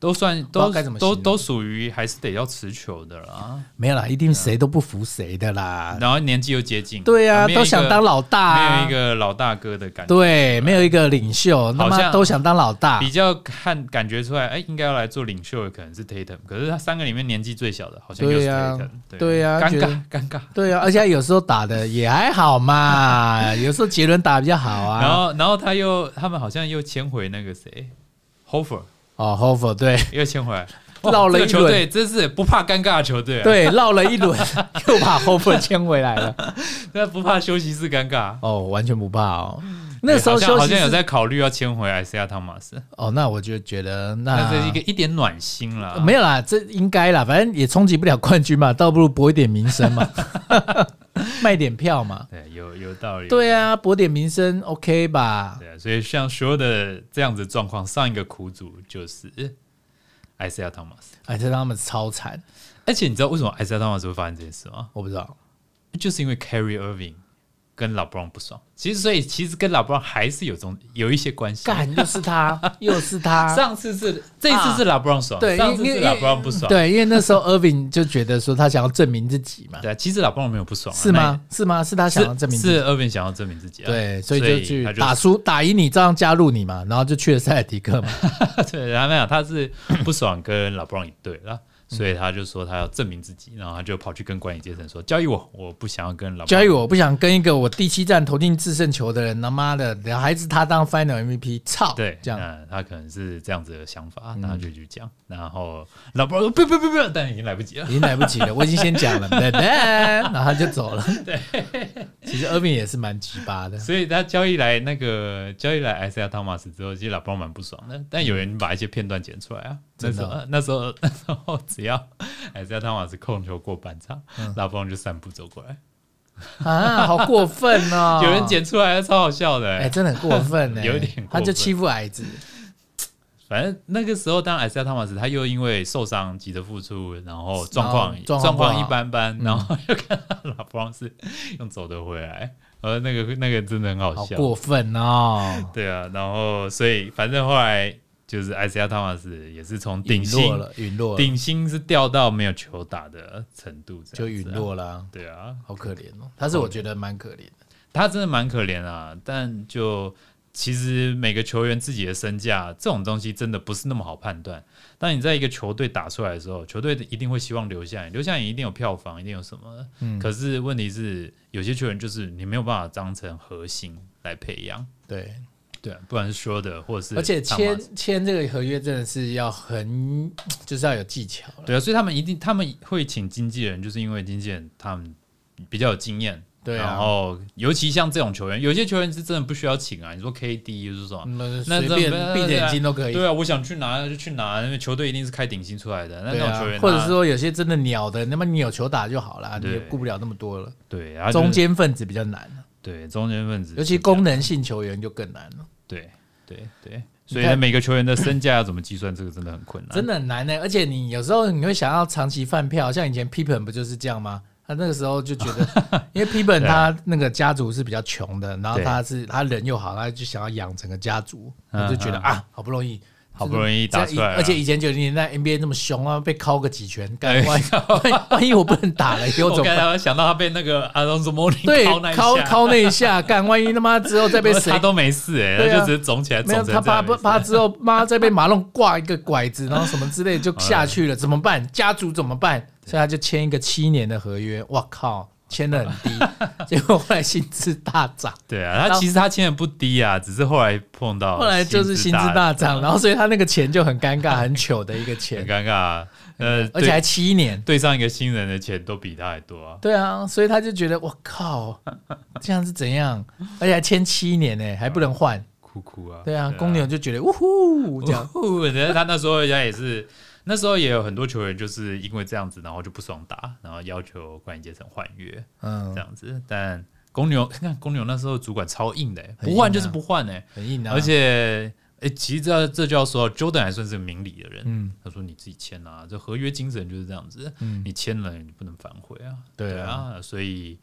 都算
知道
都
该怎么
都
形容
都属于还是得要持球的啦，
没有啦，一
啊
定谁都不服谁的啦，
然后年纪又接近，
啊对啊，
没
都
有一个
想当老大、啊，
没有一个老大哥的感觉，
对，啊没有一个领袖，他
好
妈
像
都想当老大，
比较看感觉出来，哎，应该要来做领袖的可能是 Tatum，可是他三个里面年纪最小的好像又
对
是
啊
Tatum，
对啊
尴
觉得
尬尴尬。
对啊，而且他有时候打的也还好 嘛，有时候杰伦打得比较好
然
啊。
后，然后他又，他们好像又签回那个谁 h o f e r
哦 h o f e r 对
又签回来，
绕了
这个
一
球
轮
队，真是不怕尴尬的球队、啊，，
对，绕了一轮 又把 h o f e r 牵回来了。
那不怕休息室尴尬。啊
哦，完全不怕哦。那时候
对好
休
像好
息
像有
室
在考虑要签回艾斯亚汤马斯，
哦，那我就觉得那
那这是一个一点暖心啦。
啊没有啦，这应该啦，反正也冲击不了冠军嘛，倒不如博一点名声 嘛，卖点票嘛。
对，有有道理。
对啊，博点名声 OK 吧？
对啊，所以像所有的这样子状况，上一个苦主就是艾斯亚汤马斯。
哎，这让他们超惨，
而且你知道为什么艾斯亚汤马斯会发生这件事吗？
我不知道。
就是因为 Carry Irving 跟 LeBron 不爽。其实，所以其实跟 LeBron 还是有中有一些关系。
干，又是他， 又是他。
上次是这一次是 LeBron 爽，
对
上次
因
是
为因为
LeBron 不爽。
对，因为那时候 Irving 就觉得说他想要证明自己嘛，
对啊，其实 LeBron 没有不爽、啊，
是吗？是吗？是他
那？
想要证明
是
自己，
是 Irving 想要证明自己啊。
对，所
所
以就去
他就
打输打赢你，照样加入你嘛，然后就去了塞尔提克嘛。
对，他没有，他是不爽跟 LeBron 一对啦。
嗯
所以他就说他要证明自己，然后他就跑去跟管理阶层说：“交易我，我不想要跟 LeBron
交易我不想跟一个我第七站投进制胜球的人，他妈的，然后还是他当 Final MVP，操！
对，啊
这样嗯
那他可能是这样子的想法，那他就去讲。然后 LeBron 说：“不不不不，但已经来不及了。
已经来不及了，我已经先讲了，对对，然后他就走了。对，其实 Irving 也是蛮鸡巴的，
所以他交易来那个交易来艾斯亚汤马斯之后，其实老布朗蛮不爽的。但有人把一些片段剪出来啊，那
真
时
的
候
哦
那时候 那时候只要艾斯亚汤马斯控球过半场，
嗯
老布朗就散步走过来，
啊，好过分哦！
有人，剪出来超好笑的、欸
哎，真的很过分呢，
有点过分
他就欺负矮子，
反正那个时候，当然艾斯亚汤马斯他又因为受伤急着复出，然后状况
然后哦状况
状况
不好嗯
一般般，然后又看到老布朗是用走的回来，呃，那个那个真的很好
好
笑。
过分哦！
对啊，然后所以反正后来就是艾斯亚汤马斯也是从顶
陨落
薪
了，陨落了
顶薪是掉到没有球打的程度，
就陨。落了啊，
对啊，
好可怜哦。他是我觉得蛮可怜的，
他真的蛮可怜啊，但就其实每个球员自己的身价这种东西真的不是那么好判断。当你在一个球队打出来的时候，球队一定会希望留下你，留下你一定有票房，一定有什么。
嗯
可是问题是，有些球员就是你没有办法当成核心来培养，
对。
对、啊，不管是说的或者是
而且
汤马斯
签签这个合约真的是要很，就是要有技巧了。
对啊，所以他们一定他们会请经纪人，就是因为经纪人他们比较有经验。
对啊
然后尤其像这种球员，有些球员是真的不需要请啊。你说 KD 就是什么？
那
那
随
这
便
那
闭着眼睛都可以。
对啊，我想去拿就去拿，因为球队一定是开顶薪出来的。那
对
那种
啊
球员，，
或者是说有些真的鸟的，那么你有球打就好了，你
对
也顾不了那么多了。
对，然后就是
中间分子比较难，啊
对中间分子，
尤其功能性球员就更难了，
对对对，
你
所
看
以每个球员的身价要怎么计算，这个真的很困难。
真的很难欸呢、而且你有时候你会想要长期饭票，像以前 p i p e n 不就是这样吗？他那个时候就觉 得，因为 p i p e n
对啊
他那个家族是比较穷的，然后
对
他是他人又好，他就想要养整个家族，
嗯
他就觉得
嗯
啊，好不容易。
好不容易打出来了
而且以前九零年代 NBA 那么凶啊，被敲个几拳，干
对
万一万一万一我不能打了，以后
哎我
怎么
刚
办？
才想到他被那个阿隆索莫林
对，
那一
敲
下，
敲那一下，干，万一他妈之后再 被谁
他？都没事哎、
对啊
他就只是肿起来，
没
肿
有，
成这
他啪
样
啪
没事。
啪之后，妈再被马龙挂一个拐子，然后什么之类就下去了，怎么办？家族怎么办？所以他就签一个七年的合约，哇靠，签的很低，结果后来薪资大涨，
对啊，
然
他
后
其实他签的不低啊，只是后来碰到
后来就是薪资大涨，然后所以他那个钱就很尴尬、很糗的一个
很
钱，
尴尬、啊。呃，
而且
对
还七年。
对上一个新人的钱都比他还多啊。
对啊，所以他就觉得我靠，这样是怎样？而且还签七年呢、还不能换。
哭哭啊！
对啊，公牛就觉得呜呼 这 样。
哦我觉得他那时候人家也是，那时候也有很多球员就是因为这样子，然后就不爽打，然后要求管理阶层换约
嗯
这，样子。但公牛， 看公牛那时候主管超硬的、欸，
很硬啊
不换就是不换哎、
很硬啊。
而且。哎、其实这这就要说到，Jordan 还算是个明理的人。
嗯
他说：“你自己签啊，这合约精神就是这样子，
嗯
你签了你不能反悔啊。”
对啊
啊，所以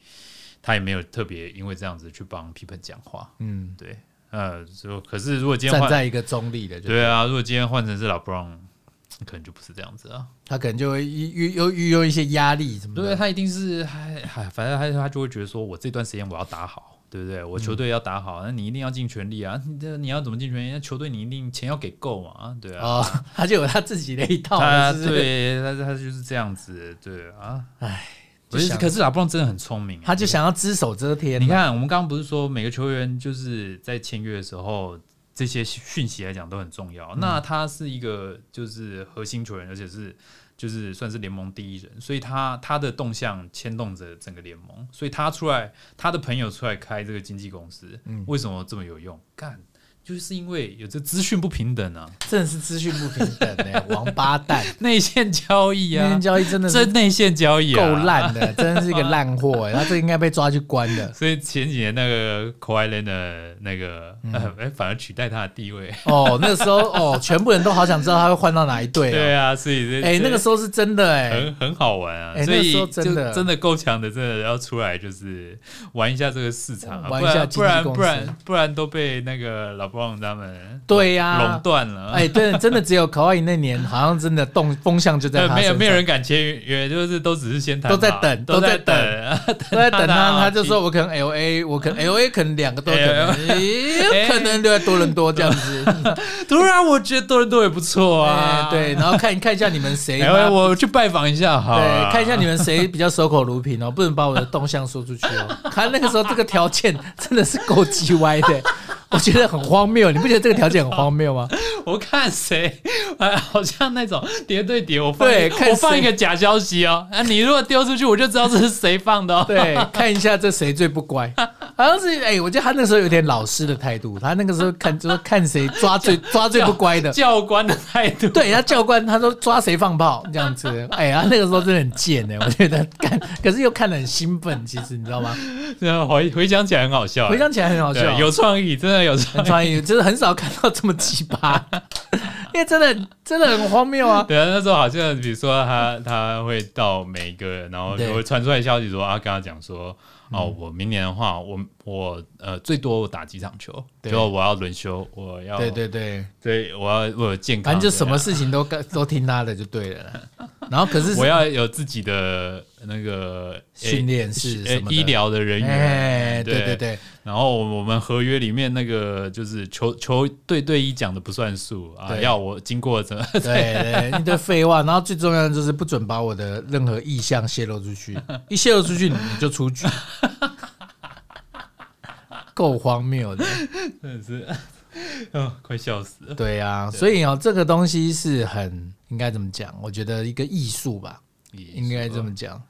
他也没有特别因为这样子去帮皮蓬讲话。
嗯，
对，呃，就可是如果今天
站
换
在一个中立的，就
对啊，如果今天换成是老 Brown，可能就不是这样子啊。
他可能就会遇又遇有一些压力什么
对，
的。
他一定是还还，反正他他就会觉得说，我这段时间我要打好，对不对？我球队要打
嗯
好，那你一定要尽全力啊！你这你要怎么尽全力？那球队你一定钱要给够嘛，对啊。
哦， 他就有他自己的一套
他
了，是不是？
对他他就是这样子，对啊。
唉，
不，
就是想
可是老布朗真的很聪明啊，
他就想要只手遮天。
你，看，我们刚刚不是说每个球员就是在签约的时候，这些讯息来讲都很重
嗯
要。那他是一个就是核心球员，而且是就是算是联盟第一人，所以他他的动向牵动着整个联盟。所以他出来，他的朋友出来开这个经纪公司，
嗯
为什么这么有用？干，就是因为有这资讯不平等啊，
真的是资讯不平等 哎，王八蛋！
内线交易
今天
啊，
交易真的
这
是
内线交易啊
够。烂的，真的是一个烂货哎，他这应该被抓去关的。
所以前几年那个 k a w i l e 的那个，
嗯
呃哎、反而取代他的地位。
哦，那个时候哦，全部人都好想知道他会换到哪一队
对
啊。
啊，所以这
哎，
这
那个时候是真的哎，
很很好玩啊，
哎
所以
那个时候
就
真的
真的够强的，真的要出来就是玩一下这个市场啊，
玩一下
不
经纪
然
公司
不然不然不然都被那个老布朗他们
对呀
垄。断了。
哎，对，真的只有卡哇伊那年，好像真的动风向就在
对，
他
呃没有
身
没有
上
人敢签约，就是都只是先谈好，
都在等
都在
都在
等。
都在啊等他，
他拿
他就
提
说我可能 L A，我 可能 L A 可能两个都有可
LA
能，也有可能留在多伦多这样 子。
突然我觉得多伦多也不错啊
哎， 对，然后看看一下你们谁，
哎，
妈
我去拜访一下好啊了，
对，看一下你们谁比较守口如瓶哦，不能把我的动向说出去哦。 他那个时候这个条件真的是够鸡歪的， 我觉得很荒谬，你不觉得这个条件很荒谬 吗？
我看谁， 哎，好像那种叠对叠，我放
对
一个
看谁
我放一个假消息哦，啊，你如果丢出去，我就知道这是谁放的哦。
对，看一下这谁最不乖，好像是哎，我觉得他那时候有点老师的态度，他那个时候看就是看谁抓 最抓最不乖的。
教官的态度，
对，他教官他说抓谁放炮这样子， 哎呀，那个时候真的很贱哎、我觉得看，可是又看得很兴奋，其实你知道吗？
对啊，回回想起来很好笑，
回想起来很好笑
对，有创意，真的有
很
创意。
创意，就是很少看到这么奇 葩，因为真的真的很荒谬啊。
对啊，那时候好像比如说他他会到每一个，然后
对嗯
就会传出来消息说啊，跟他讲说哦，我明年的话，我我呃最多我打几场球，
对
就我要轮休，我要
对对对，
对，我要我有健康，
反正就什么事情都干都听他的就对了啦。然后可是
我要有自己的那个诶
训练室
诶
什么的
医疗的人员，
哎，对对对，
然后我们合约里面那个就是球球队队医讲的不算数啊，
对
要我经过怎么
对对，一堆废话。然后最重要的就是不准把我的任何意向泄露出 去，一泄露出去你你就出局， 够荒谬的。
真的是， 嗯，快笑死了。
对啊，所以哦，这个东西是很应该怎么讲？我觉得一个艺术嗯吧，应该这么讲。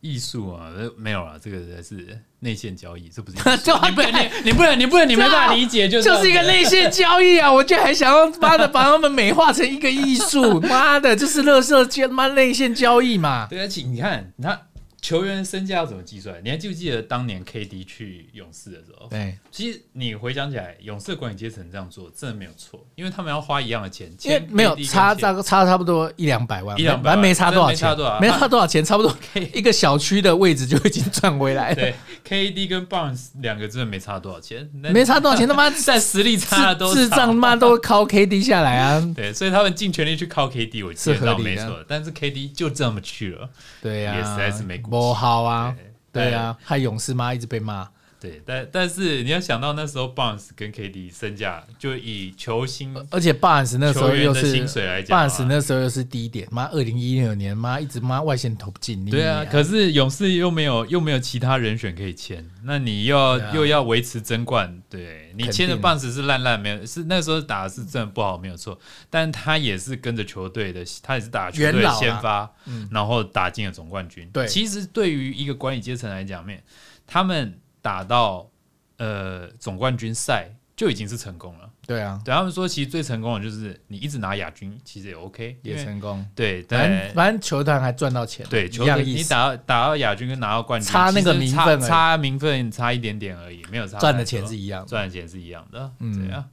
艺术啊，呃没有啊，这个才是内线交易， 这不是
就
你不能，你你不能，你不能，你没办法理解，就
啊就是一个内线交易啊！我就还想要妈的把他们美化成一个艺术，妈的，就是乐色圈，妈内线交易嘛。
对，而且你看，那球员身价要怎么计算？你还记不记得当年 KD 去勇士的时候？
对，
其实你回想起来，勇士的管理阶层这样做真的没有错，因为他们要花一样的钱，
因为没有
签 KD 跟
差
签
差差差不多一两百万，
一两百万
反正没差多少钱
真的没差多少，啊
没差多少钱，差 不多一个小区的位置就已经赚回来了，
对 KD 跟 Barnes 两个真的没差多少钱，那
没差多少钱，他妈智
但实力 差的都
智
差
障他妈都靠 KD 下来啊！
对，所以他们尽全力去靠 KD，我知
是
道
合
没
理的
错，但是 KD 就这么去了，
对呀、啊，
也实在是没骨气
不好啊，
对哎
对啊，害勇士妈一直被骂，
对，但但是你要想到那时候 Barnes 跟 KD 身价就以球星
而且 Barnes 那时候
球员
又
的
是
薪水来讲啊
Barnes 那时候又是低点，妈，二零一六年妈一直妈外线投不进，你
对啊，
娘
可是勇士又没有又没有其他人选可以签，那你又要、
对啊
又要维持争冠，对你
肯
签的
定
棒子是烂烂没有，是那时候打的是真的不好没有错，但他也是跟着球队的，他也是打球队
元
的
老啊
先发，然后打进了总冠军。
对
其实对于一个管理阶层来讲，面他们打到呃总冠军赛就已经是成功了。
对啊，
对他们说，其实最成功的就是你一直拿亚军，其实也 OK，因
也
为
成功，
对，
反
但
正反正球团还赚到钱，
对，
一
球队
样意
你
思，
打到打到亚军跟拿到冠军，
差那个
其实
名
差
分而已
差名分差一点点而已，没有差
赚
太
的
多
钱是一样的，
赚的钱是一样的，
嗯
对啊，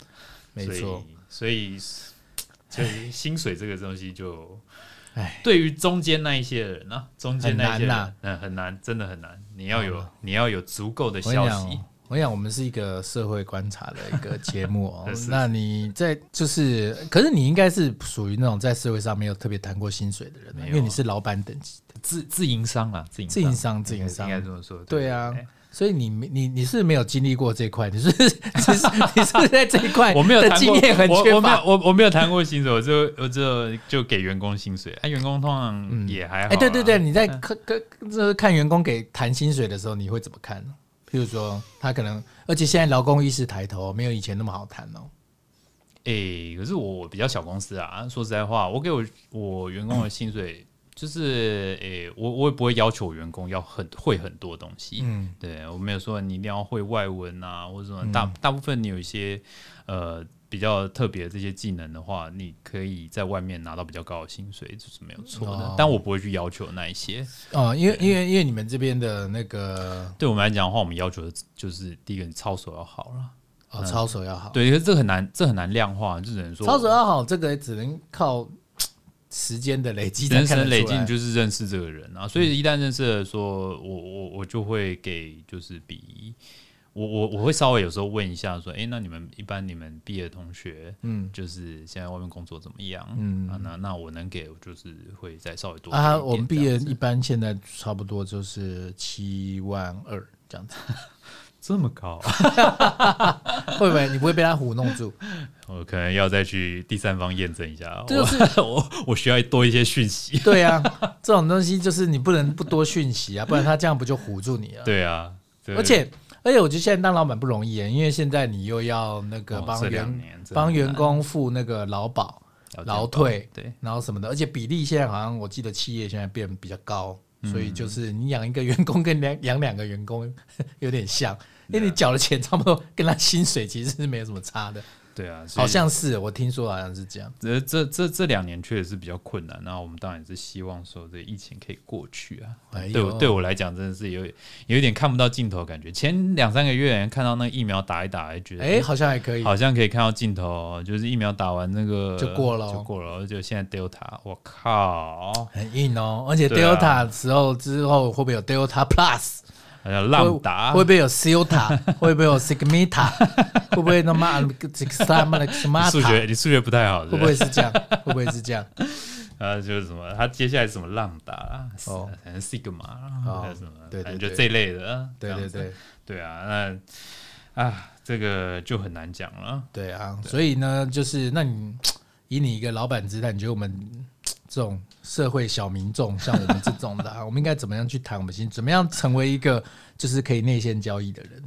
没错，
所以， 所以所以薪水这个东西就
唉，
对于中间那一些人呢、啊，中间那一些
很
人，
难呐
嗯，很难，真的很难，你要有、
嗯
你要有足够的
我跟你
消
讲
息
哦。，我跟你讲，我们是一个社会观察的一个节目哦
是。
那你在就是，可是你应该是属于那种在社会上没有特别谈过薪水的人
没
啊，
有啊
因为你是老板等级，
自自营商啊，自营
自营商自营商
应该这么说，
对啊
对
所以你没你你是没有经历过这一块，你是 你是你是不是在这一 块
我没有
的
谈
经
过
验很
我
缺
我没有
乏。
我我没有谈过薪水，我就我就就给员工薪水，啊，员工通常
嗯
也还好、啊
哎、对对对，，你在看看就是看员工给谈薪水的时候，你会怎么看呢？譬如说，他可能，而且现在劳工意识抬头，没有以前那么好谈哦。
诶、可是我我比较小公司啊，说实在话，我给我我员工的薪
嗯
水就是诶、我我也不会要求员工要很会很多东西。
嗯，
对我没有说你一定要会外文啊，或者什么大、大部分你有一些呃比较特别的这些技能的话，你可以在外面拿到比较高的薪水，这是没有错的。
哦
但我不会去要求那一些。
哦，因为因为因为你们这边的那个
对我们来讲的话，我们要求的就是第一个，你操守要好了。
哦操守要好，
嗯对，可是这个很难，这很难量化，就只能说
操守要好，这个只能靠时间的累积才
人
看得
生
出来。
累积你就是认识这个人啊，所以一旦认识了说，我我我就会给就是比我我我会稍微有时候问一下说，哎、那你们一般你们毕业的同学，
嗯
就是现在外面工作怎么样？
嗯
啊，那那我能给我就是会再稍微多
啊，
给一点
我们毕
这
业
样子
一般现在差不多就是七万二这样子，
这么高，
啊会不会你不会被他唬弄住？
我可能要再去第三方验证一下，
这就是
我我 我需要多一些讯息。
对啊，这种东西就是你不能不多讯息啊，不然他这样不就唬住你了？
对啊，对
而且而且我觉得现在当老板不容易耶，因为现在你又要那个
哦
帮
这两
员
年真的
帮员
难
工付那个劳保、
要这样
劳退，
对。
然后什么的，而且比例现在好像我记得企业现在变比较高，
嗯
所以就是你养一个员工跟两 养两个员工有点像，因
啊
为你缴的钱差不多，跟他薪水其实是没有什么差的，
对啊，所以
好像是我听说好像是这样。
这呃这这这两年确实是比较困难，那我们当然也是希望说这疫情可以过去啊。
哎呦
对我对我来讲，真的是有有一点看不到尽头的感觉。前两三个月看到那个疫苗打一打，还觉得
哎，好像还可以，
好像可以看到尽头，哦就是疫苗打完那个
就过了哦
就过了。就现在 Delta，我靠！
很硬哦，而且
对啊
Delta 时候之后会不会有 Delta Plus？
还有浪达，
会不会有 Silta？会 不会有 Sigmita？会不会他妈什么什么
你？数学你数学不太好，
会不会是这样？会不会是这样？
啊，就是什么，他接下来是什么浪达啦，
哦
反正 sigma 啦，
哦
还有什么，
对对
反正就
对
这一类的啊，
对
这
对
样子
对
对啊，那啊，这个就很难讲了。
对啊！所以呢，就是那你以你一个老板姿态，你觉得我们这种社会小民众，像我们这种的、啊， 我们应该怎么样去谈我们心？怎么样成为一个就是可以内线交易的 人？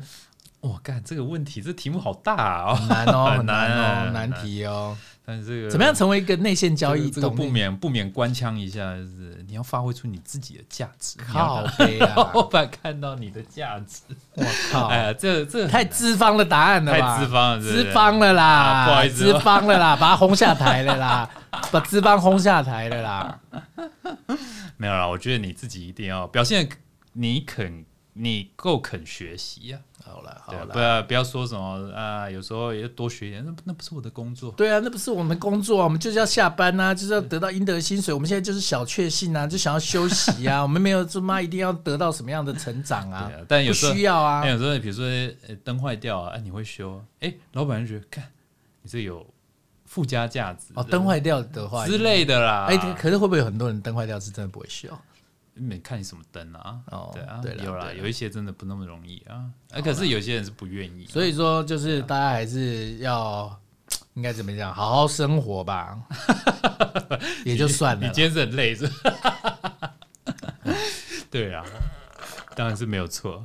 我干这个问题，这题目好大啊
很难哦，
哦，很
很难
难
哦，
很难
难题哦。
但是这个
怎么样成为一个内线交易？
这个
懂
不
内
免不免官腔一下，就是你要发挥出你自己的价值，你
靠
要
背啊
让！老板看到你的价 值。
我靠！
哎呀，这这很
哦太
难
资方的答案了吧？
太资方了是不是
资方了啦，
啊不好意思
资方了啦，把他轰下台了啦，把资方轰下台了啦。
没有啦，我觉得你自己一定要表现得你肯，你够肯学习呀、
好了，
啊。
好了，
对啊，不要不要说什么啊、有时候也多学一点，那不那不是我的工作。
对啊，那不是我们工作啊，我们就是要下班呐、啊，就是要得到应得的薪水。我们现在就是小确幸啊，就想要休息 啊，我们没有这妈一定要得到什么样的成长啊
对，啊，但有
不
时候
需要啊
那。有时候，比如说呃灯坏掉啊，哎你会修啊，哎、老板就觉得，看你这有附加价值
哦，灯坏掉的话，
之类的啦。
哎、可是会不会有很多人灯坏掉是真的不会修？
啊你看你什么灯啊？
哦
对啊，
对啦
有啦，
对啦
有一些真的不那么容易啊。啊可是有些人是不愿意啊、
所以说，就是大家还是要应该怎么讲，好好生活吧， 也就算了
你
啦。
今天是很累是吧？ 对啊，当然是没有错。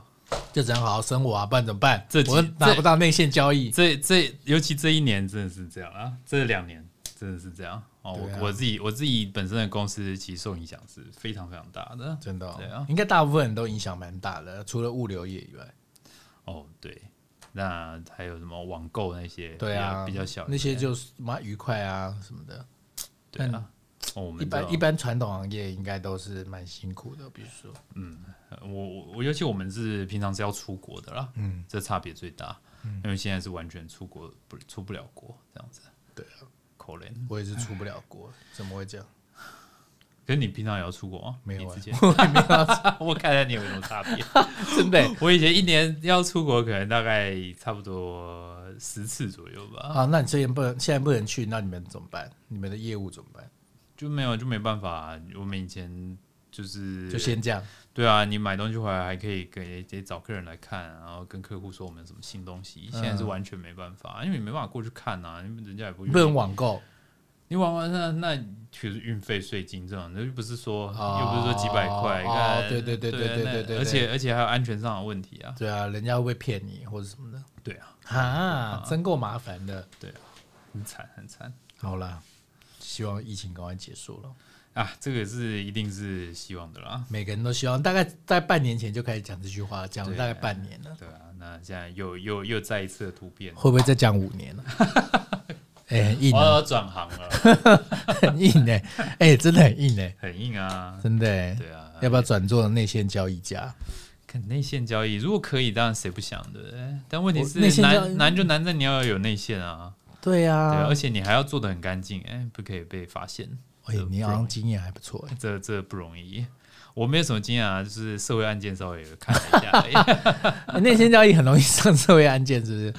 就只能好好生活啊，不然怎么办
这？集
我拿不到内线交易，
这这尤其这一年真的是这样啊，这两年真的是这样哦。我、
对啊
我自己我自己本身的公司其实受影响是非常非常大的
真的哦、
对啊
应该大部分人都影响蛮大的，除了物流业以外，
哦。对，那还有什么网购那些
对啊，
比较比较小
那些
一点
就是妈愉快啊什么的。
对啊。哦、我
一
们这
般
种
一般传统行业应该都是蛮辛苦的，比如说，
嗯我我我尤其我们是平常是要出国的啦，嗯，这差别最大，
嗯
因为现在是完全出国不出不了国这样子。
对
啊，口雷。
我也是出不了 国，怎么会这样？
可是你平常也要出国吗？
没有
你
啊
之 前我看看你有没有什么差别。
真的欸
我以前一年要出国，可能大概差不多十次左右吧，
啊？那你之前不能，现在不能去，那你们怎么办？你们的业务怎么办？
就没有就没办法啊、我们以前就是
就先这样。
对啊，你买东西回来还可以给得找客人来看，然后跟客户说我们有什么新东西。现在是完全没办法，因为你没办法过去看啊，因为人家也不
嗯不
愿
能
意。
网购，
你玩完那那其实运费、税金这种，那又不是说、
哦
又不是说几百块，
哦
看
对对对对
啊
对
那
对对
而且而且还有安全上的问题啊，
对啊，人家会不会骗你或者什么的？
对啊，
啊，真够麻烦的。
很惨很惨。
好啦，希望疫情赶快结束了。
啊，这个是一定是希望的啦。
每个人都希望，大概在半年前就开始讲这句话，讲了
对
大概半年了，
对啊，那现在又又又再一次的突变，
会不会再讲五年 了？哎、很硬
我
啊，
要转行了，
很硬哎、 哎、真的很硬哎、
很硬啊。
真的哎、
对啊，
要不要转做内线交易家？
看内线交易，如果可以，当然谁不想，对不对？但问题
我
是
内线交易
难难就难在你要有内线啊，
对
对啊，
啊
而，且你还要做的很干净，哎，不可以被发现，
哎、你好像经验还不错、哎
这这不容易。我没有什么经验啊，就是社会案件稍微看了一下而已，
哎内线交易很容易上社会案件，是不是？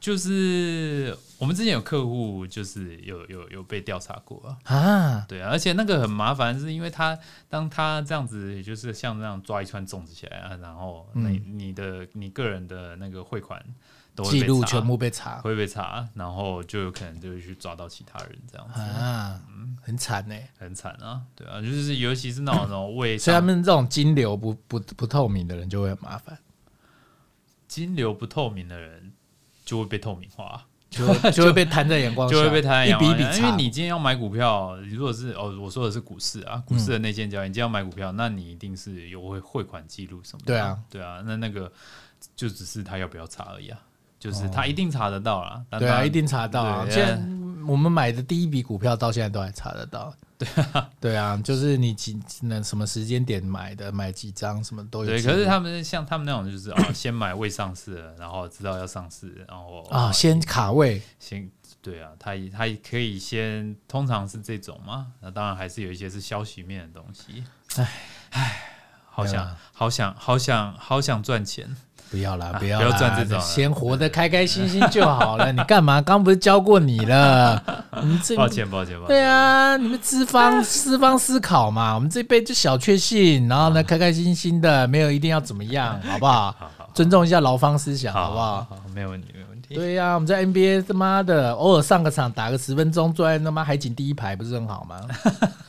就是我们之前有客户就是有有有被调查过 啊，
啊，
对啊，而且那个很麻烦，是因为他当他这样子，也就是像这样抓一串粽子起来啊，然后
嗯
那你,、你的你个人的那个汇款都会被
记录
查
全部被查，
会被查，然后就有可能就会去抓到其他人，这样子、
啊，很惨哎、
很惨啊，对啊，就是尤其是那种那种为
嗯所以他们这种金流不不不透明的人就会很麻烦，
金流不透明的人就会被透明化。
就 会就会被摊在眼光下，
就会被
哦
他
啊一
养
笔一
完
笔
因
查，
为你今天要买股票，你如果是哦，我说的是股市啊，股市的内线交易，你今天要买股票，那你一定是有汇汇款记录什么的。
对啊，
对啊，那那个就只是他要不要查而已啊，就是他一定查得到啦。但
哦对啊，
他
一定查到啊。
对哎呃
现在我们买的第一笔股票到现在都还查得 到，对啊，对啊，就是你几那什么时间点买的，买几张什么都有
对。
记录。
可是他们像他们那种就是啊，先买未上市的，然后知道要上市，然后
啊，先卡位，
先对啊，他他可以先，通常是这种嘛。那当然还是有一些是消息面的东西。唉唉，好
对
想
吧
好想好想好想赚钱，
不要啦，
啊
要
不
啦，
要赚这种了
先活得开开心心就好 了。你干嘛？刚不是教过你了？ 你们这
抱歉抱歉抱歉，
对啊，你们资 方资方思考嘛，我们这一辈就小确幸，然后呢，开开心心的，没有一定要怎么样，好不好？
啊好，好好
尊重一下劳方思想，
好
好不好？？
好没有问题没有问题，
对呀、我们在 NBA 他妈的偶尔上个场打个十分钟，坐在他妈海景第一排不是很 好吗？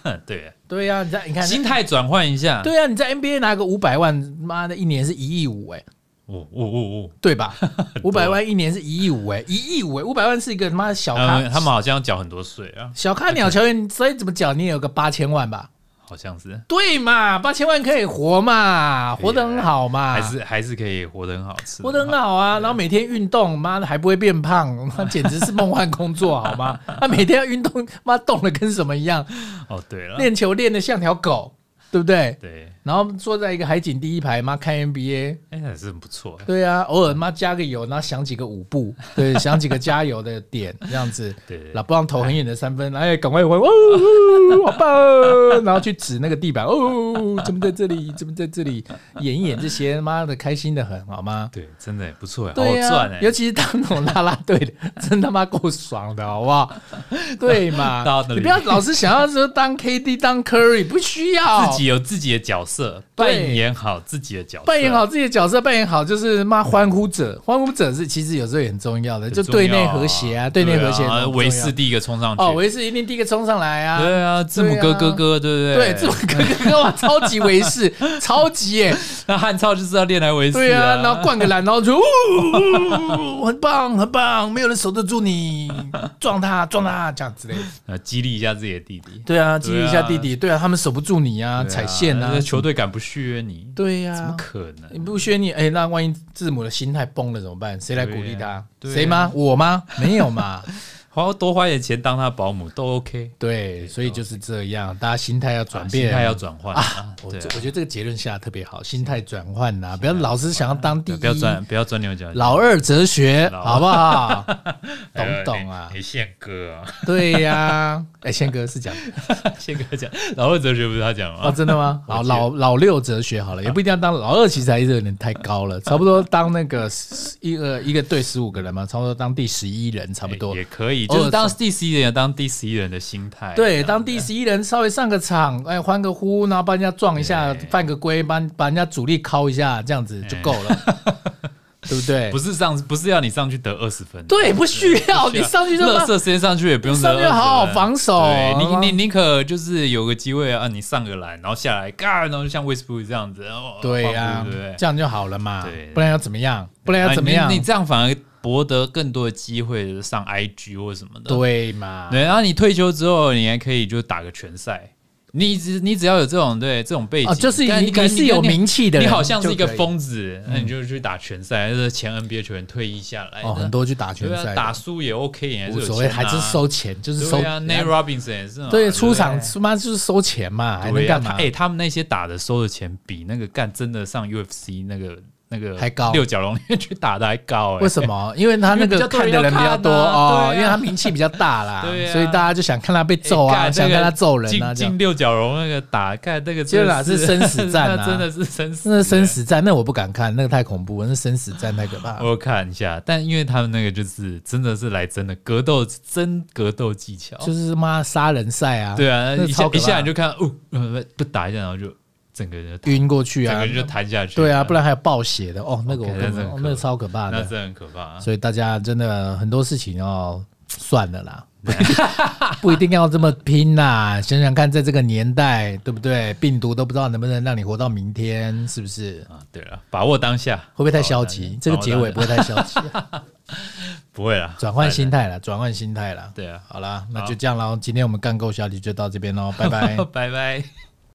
哼 对，
对呀、你在你看，
心态转换一下，
对呀、你在 NBA 拿个五百万，妈的一年是一亿五哎、
哦，我我我，
对 吧？
啊
五百万一年是一亿五哎，一亿五哎，五百万是一个他妈小咖、
嗯，他们好像要缴很多税啊，
小咖鸟球员，所以怎么讲你也有个八千万吧？
好像是，
对嘛，八千万可以活嘛，
可以
活得很好嘛，
啊还是还是可以活得很好
啊
吃，
活得很好啊。然后每天运动，妈的还不会变胖，那简直是梦幻工作好 吗？他每天要运动，妈动的跟什么一样，
哦，对了，
练球练的像条狗，对不对？
对，
然后坐在一个海景第一排，妈看 NBA，
哎，还是很不错，
对啊，偶尔妈加个油，然后想几个舞步， 对，想几个加油的点，这样子。
对对，对
老布朗投很远的三分，哎，赶快回， 哦，好棒哦！然后去指那个地板，哦，怎么在这里？怎么在这里？演一演这些，妈的，开心的很，好吗？
对，真的不错，好好
对呀、
赚哎
尤，其是当那种啦啦队的，真他妈够爽的，好不 好？对嘛
到？底
你不要老是想要说当 KD 当 Curry，不需要
自己有自己的角色，扮
对
演好自己的角色，
扮演好自己的角色，扮演好就是骂欢呼者，欢呼者是其实有时候也很重要的，
很
就
重
对内
要
和谐啊，对内和谐
啊
很重要。
维斯第一个冲上去，
哦，维斯一定第一个冲上来啊，
对啊，字母哥哥哥，对不
对，
对？
这种哥哥哇，超级维士，超级耶，
那汉超就是要练来维斯
对啊，然
那
后灌个篮，然后就，呜，很棒，很棒，没有人守得住你，撞他，撞他，这样之类的。
呃激励一下自己的弟弟，
对啊，激励一下弟弟，对啊，他们守不住你啊，
对啊
踩线啊
那，球队敢不续约你？
对啊
怎么
呀，
可
你
能？
不学你，哎，那万一字母的心态崩了怎么办？谁来鼓励
对
他
啊？对啊
谁吗？我吗？没有 嘛。
花多花点钱当他保姆都 OK，
对，所以就是这样，大家心态要转
啊
变，
心态要转换啊！
我
对
这
啊
我觉得这个结论下得特别好，心态转换呐，不要老是想要当第一，
不要钻不要钻牛角尖，
老二哲学，
老二
好不好？懂
哎呦
不懂啊
你？你宪哥啊，
对呀，哎，宪哥是讲
宪哥讲老二哲学不是他讲
哦，
吗？
真的吗？好，
我记得
老老六哲学好了，也不一定要当老二，其实还是有点太高了，差不多当那个十一个一个队十五个人嘛，差不多当第十一人差不多
哎。也可以，
偶尔
就是当第十一人，当第十一人的心态，
对，当第十一人稍微上个场，哎，欢个呼，然后帮人家撞一下，
对
犯个规，把把人家主力敲一下，这样子就够了， 对不对
哎不？是上不是要你上去得二十分，
对，不需要你上去就
乐
把
色时间上去也不用得
上去好好防守
啊对
好吗
你你宁可就是有个机会啊，你上个篮，然后下来，嘎，然后就像 Westbrook 这样子，哦
对呀、
晃步对不对？
这样就好了嘛
对，
不然要怎么样？不然要
啊
怎么样？
你你这样反而博得更多的机会上 IG 或什么的。
对啊嘛？
对，然后你退休之后，你还可以就打个拳赛。你只你只要有这种对这种背景，
哦，就是
但
你
可
你是有名气的
你
人，
好像是一个
就可以嗯
疯子，那你就去打拳赛，就是前 NBA 球员退役下来的，
哦，很多去打拳
对
赛
啊，
的，
打输也 OK，也
无
有
所谓，
钱
还是
拿
收钱，就是收
对啊，Nate Robinson 也是嘛
对
不
出场他妈就是收钱嘛，还能
对啊
干嘛
他？哎，他们那些打的收的钱比那个干真的上 UFC 那个那个
还高
六角龙去打的还高哎，
为什 么？因为他那
因为比
个
较多
看
人
的人比较
要看啊
多哦，
对啊
因为他名气比较大啦，
对啊
所以大家就想看他被
哎
揍啊，
干
想
那
看
个
他揍人啊，
进
这样
进六角龙那个打干那个
结
真
果
的
打是生死战啊
那真的是生死，
那是生。死战，那啊我不敢看，那个太恐怖了，那生死战太可 怕
我
了。
有看一下，但因为他们那个就是真的是来真的格斗，真格斗技巧，
就是妈杀人赛啊，
对啊，
那
一
超
下
可怕
一下你就看哦，呃不打一下，然后就整个人就
晕过去
整
啊
个，人就弹下去，
对啊，不然还有暴血的哦，那个我
OK，
根本
那真
哦
的
那个超可怕
那
的，
真的很可怕。啊
所以大家真的很多事情哦，算了啦， 不一定不一定要这么拼啦。想想看，在这个年代，对不对？病毒都不知道能不能让你活到明天，是不是？
啊，对了，把握当下，
会不会太消极？这个结尾
不
不会太消极，
不会啦，
转换心
态。
态啦，转换心态啦。
对啊，
好啦，那
好
就这样喽。今天我们干够小李就到这边喽，拜拜。
拜拜。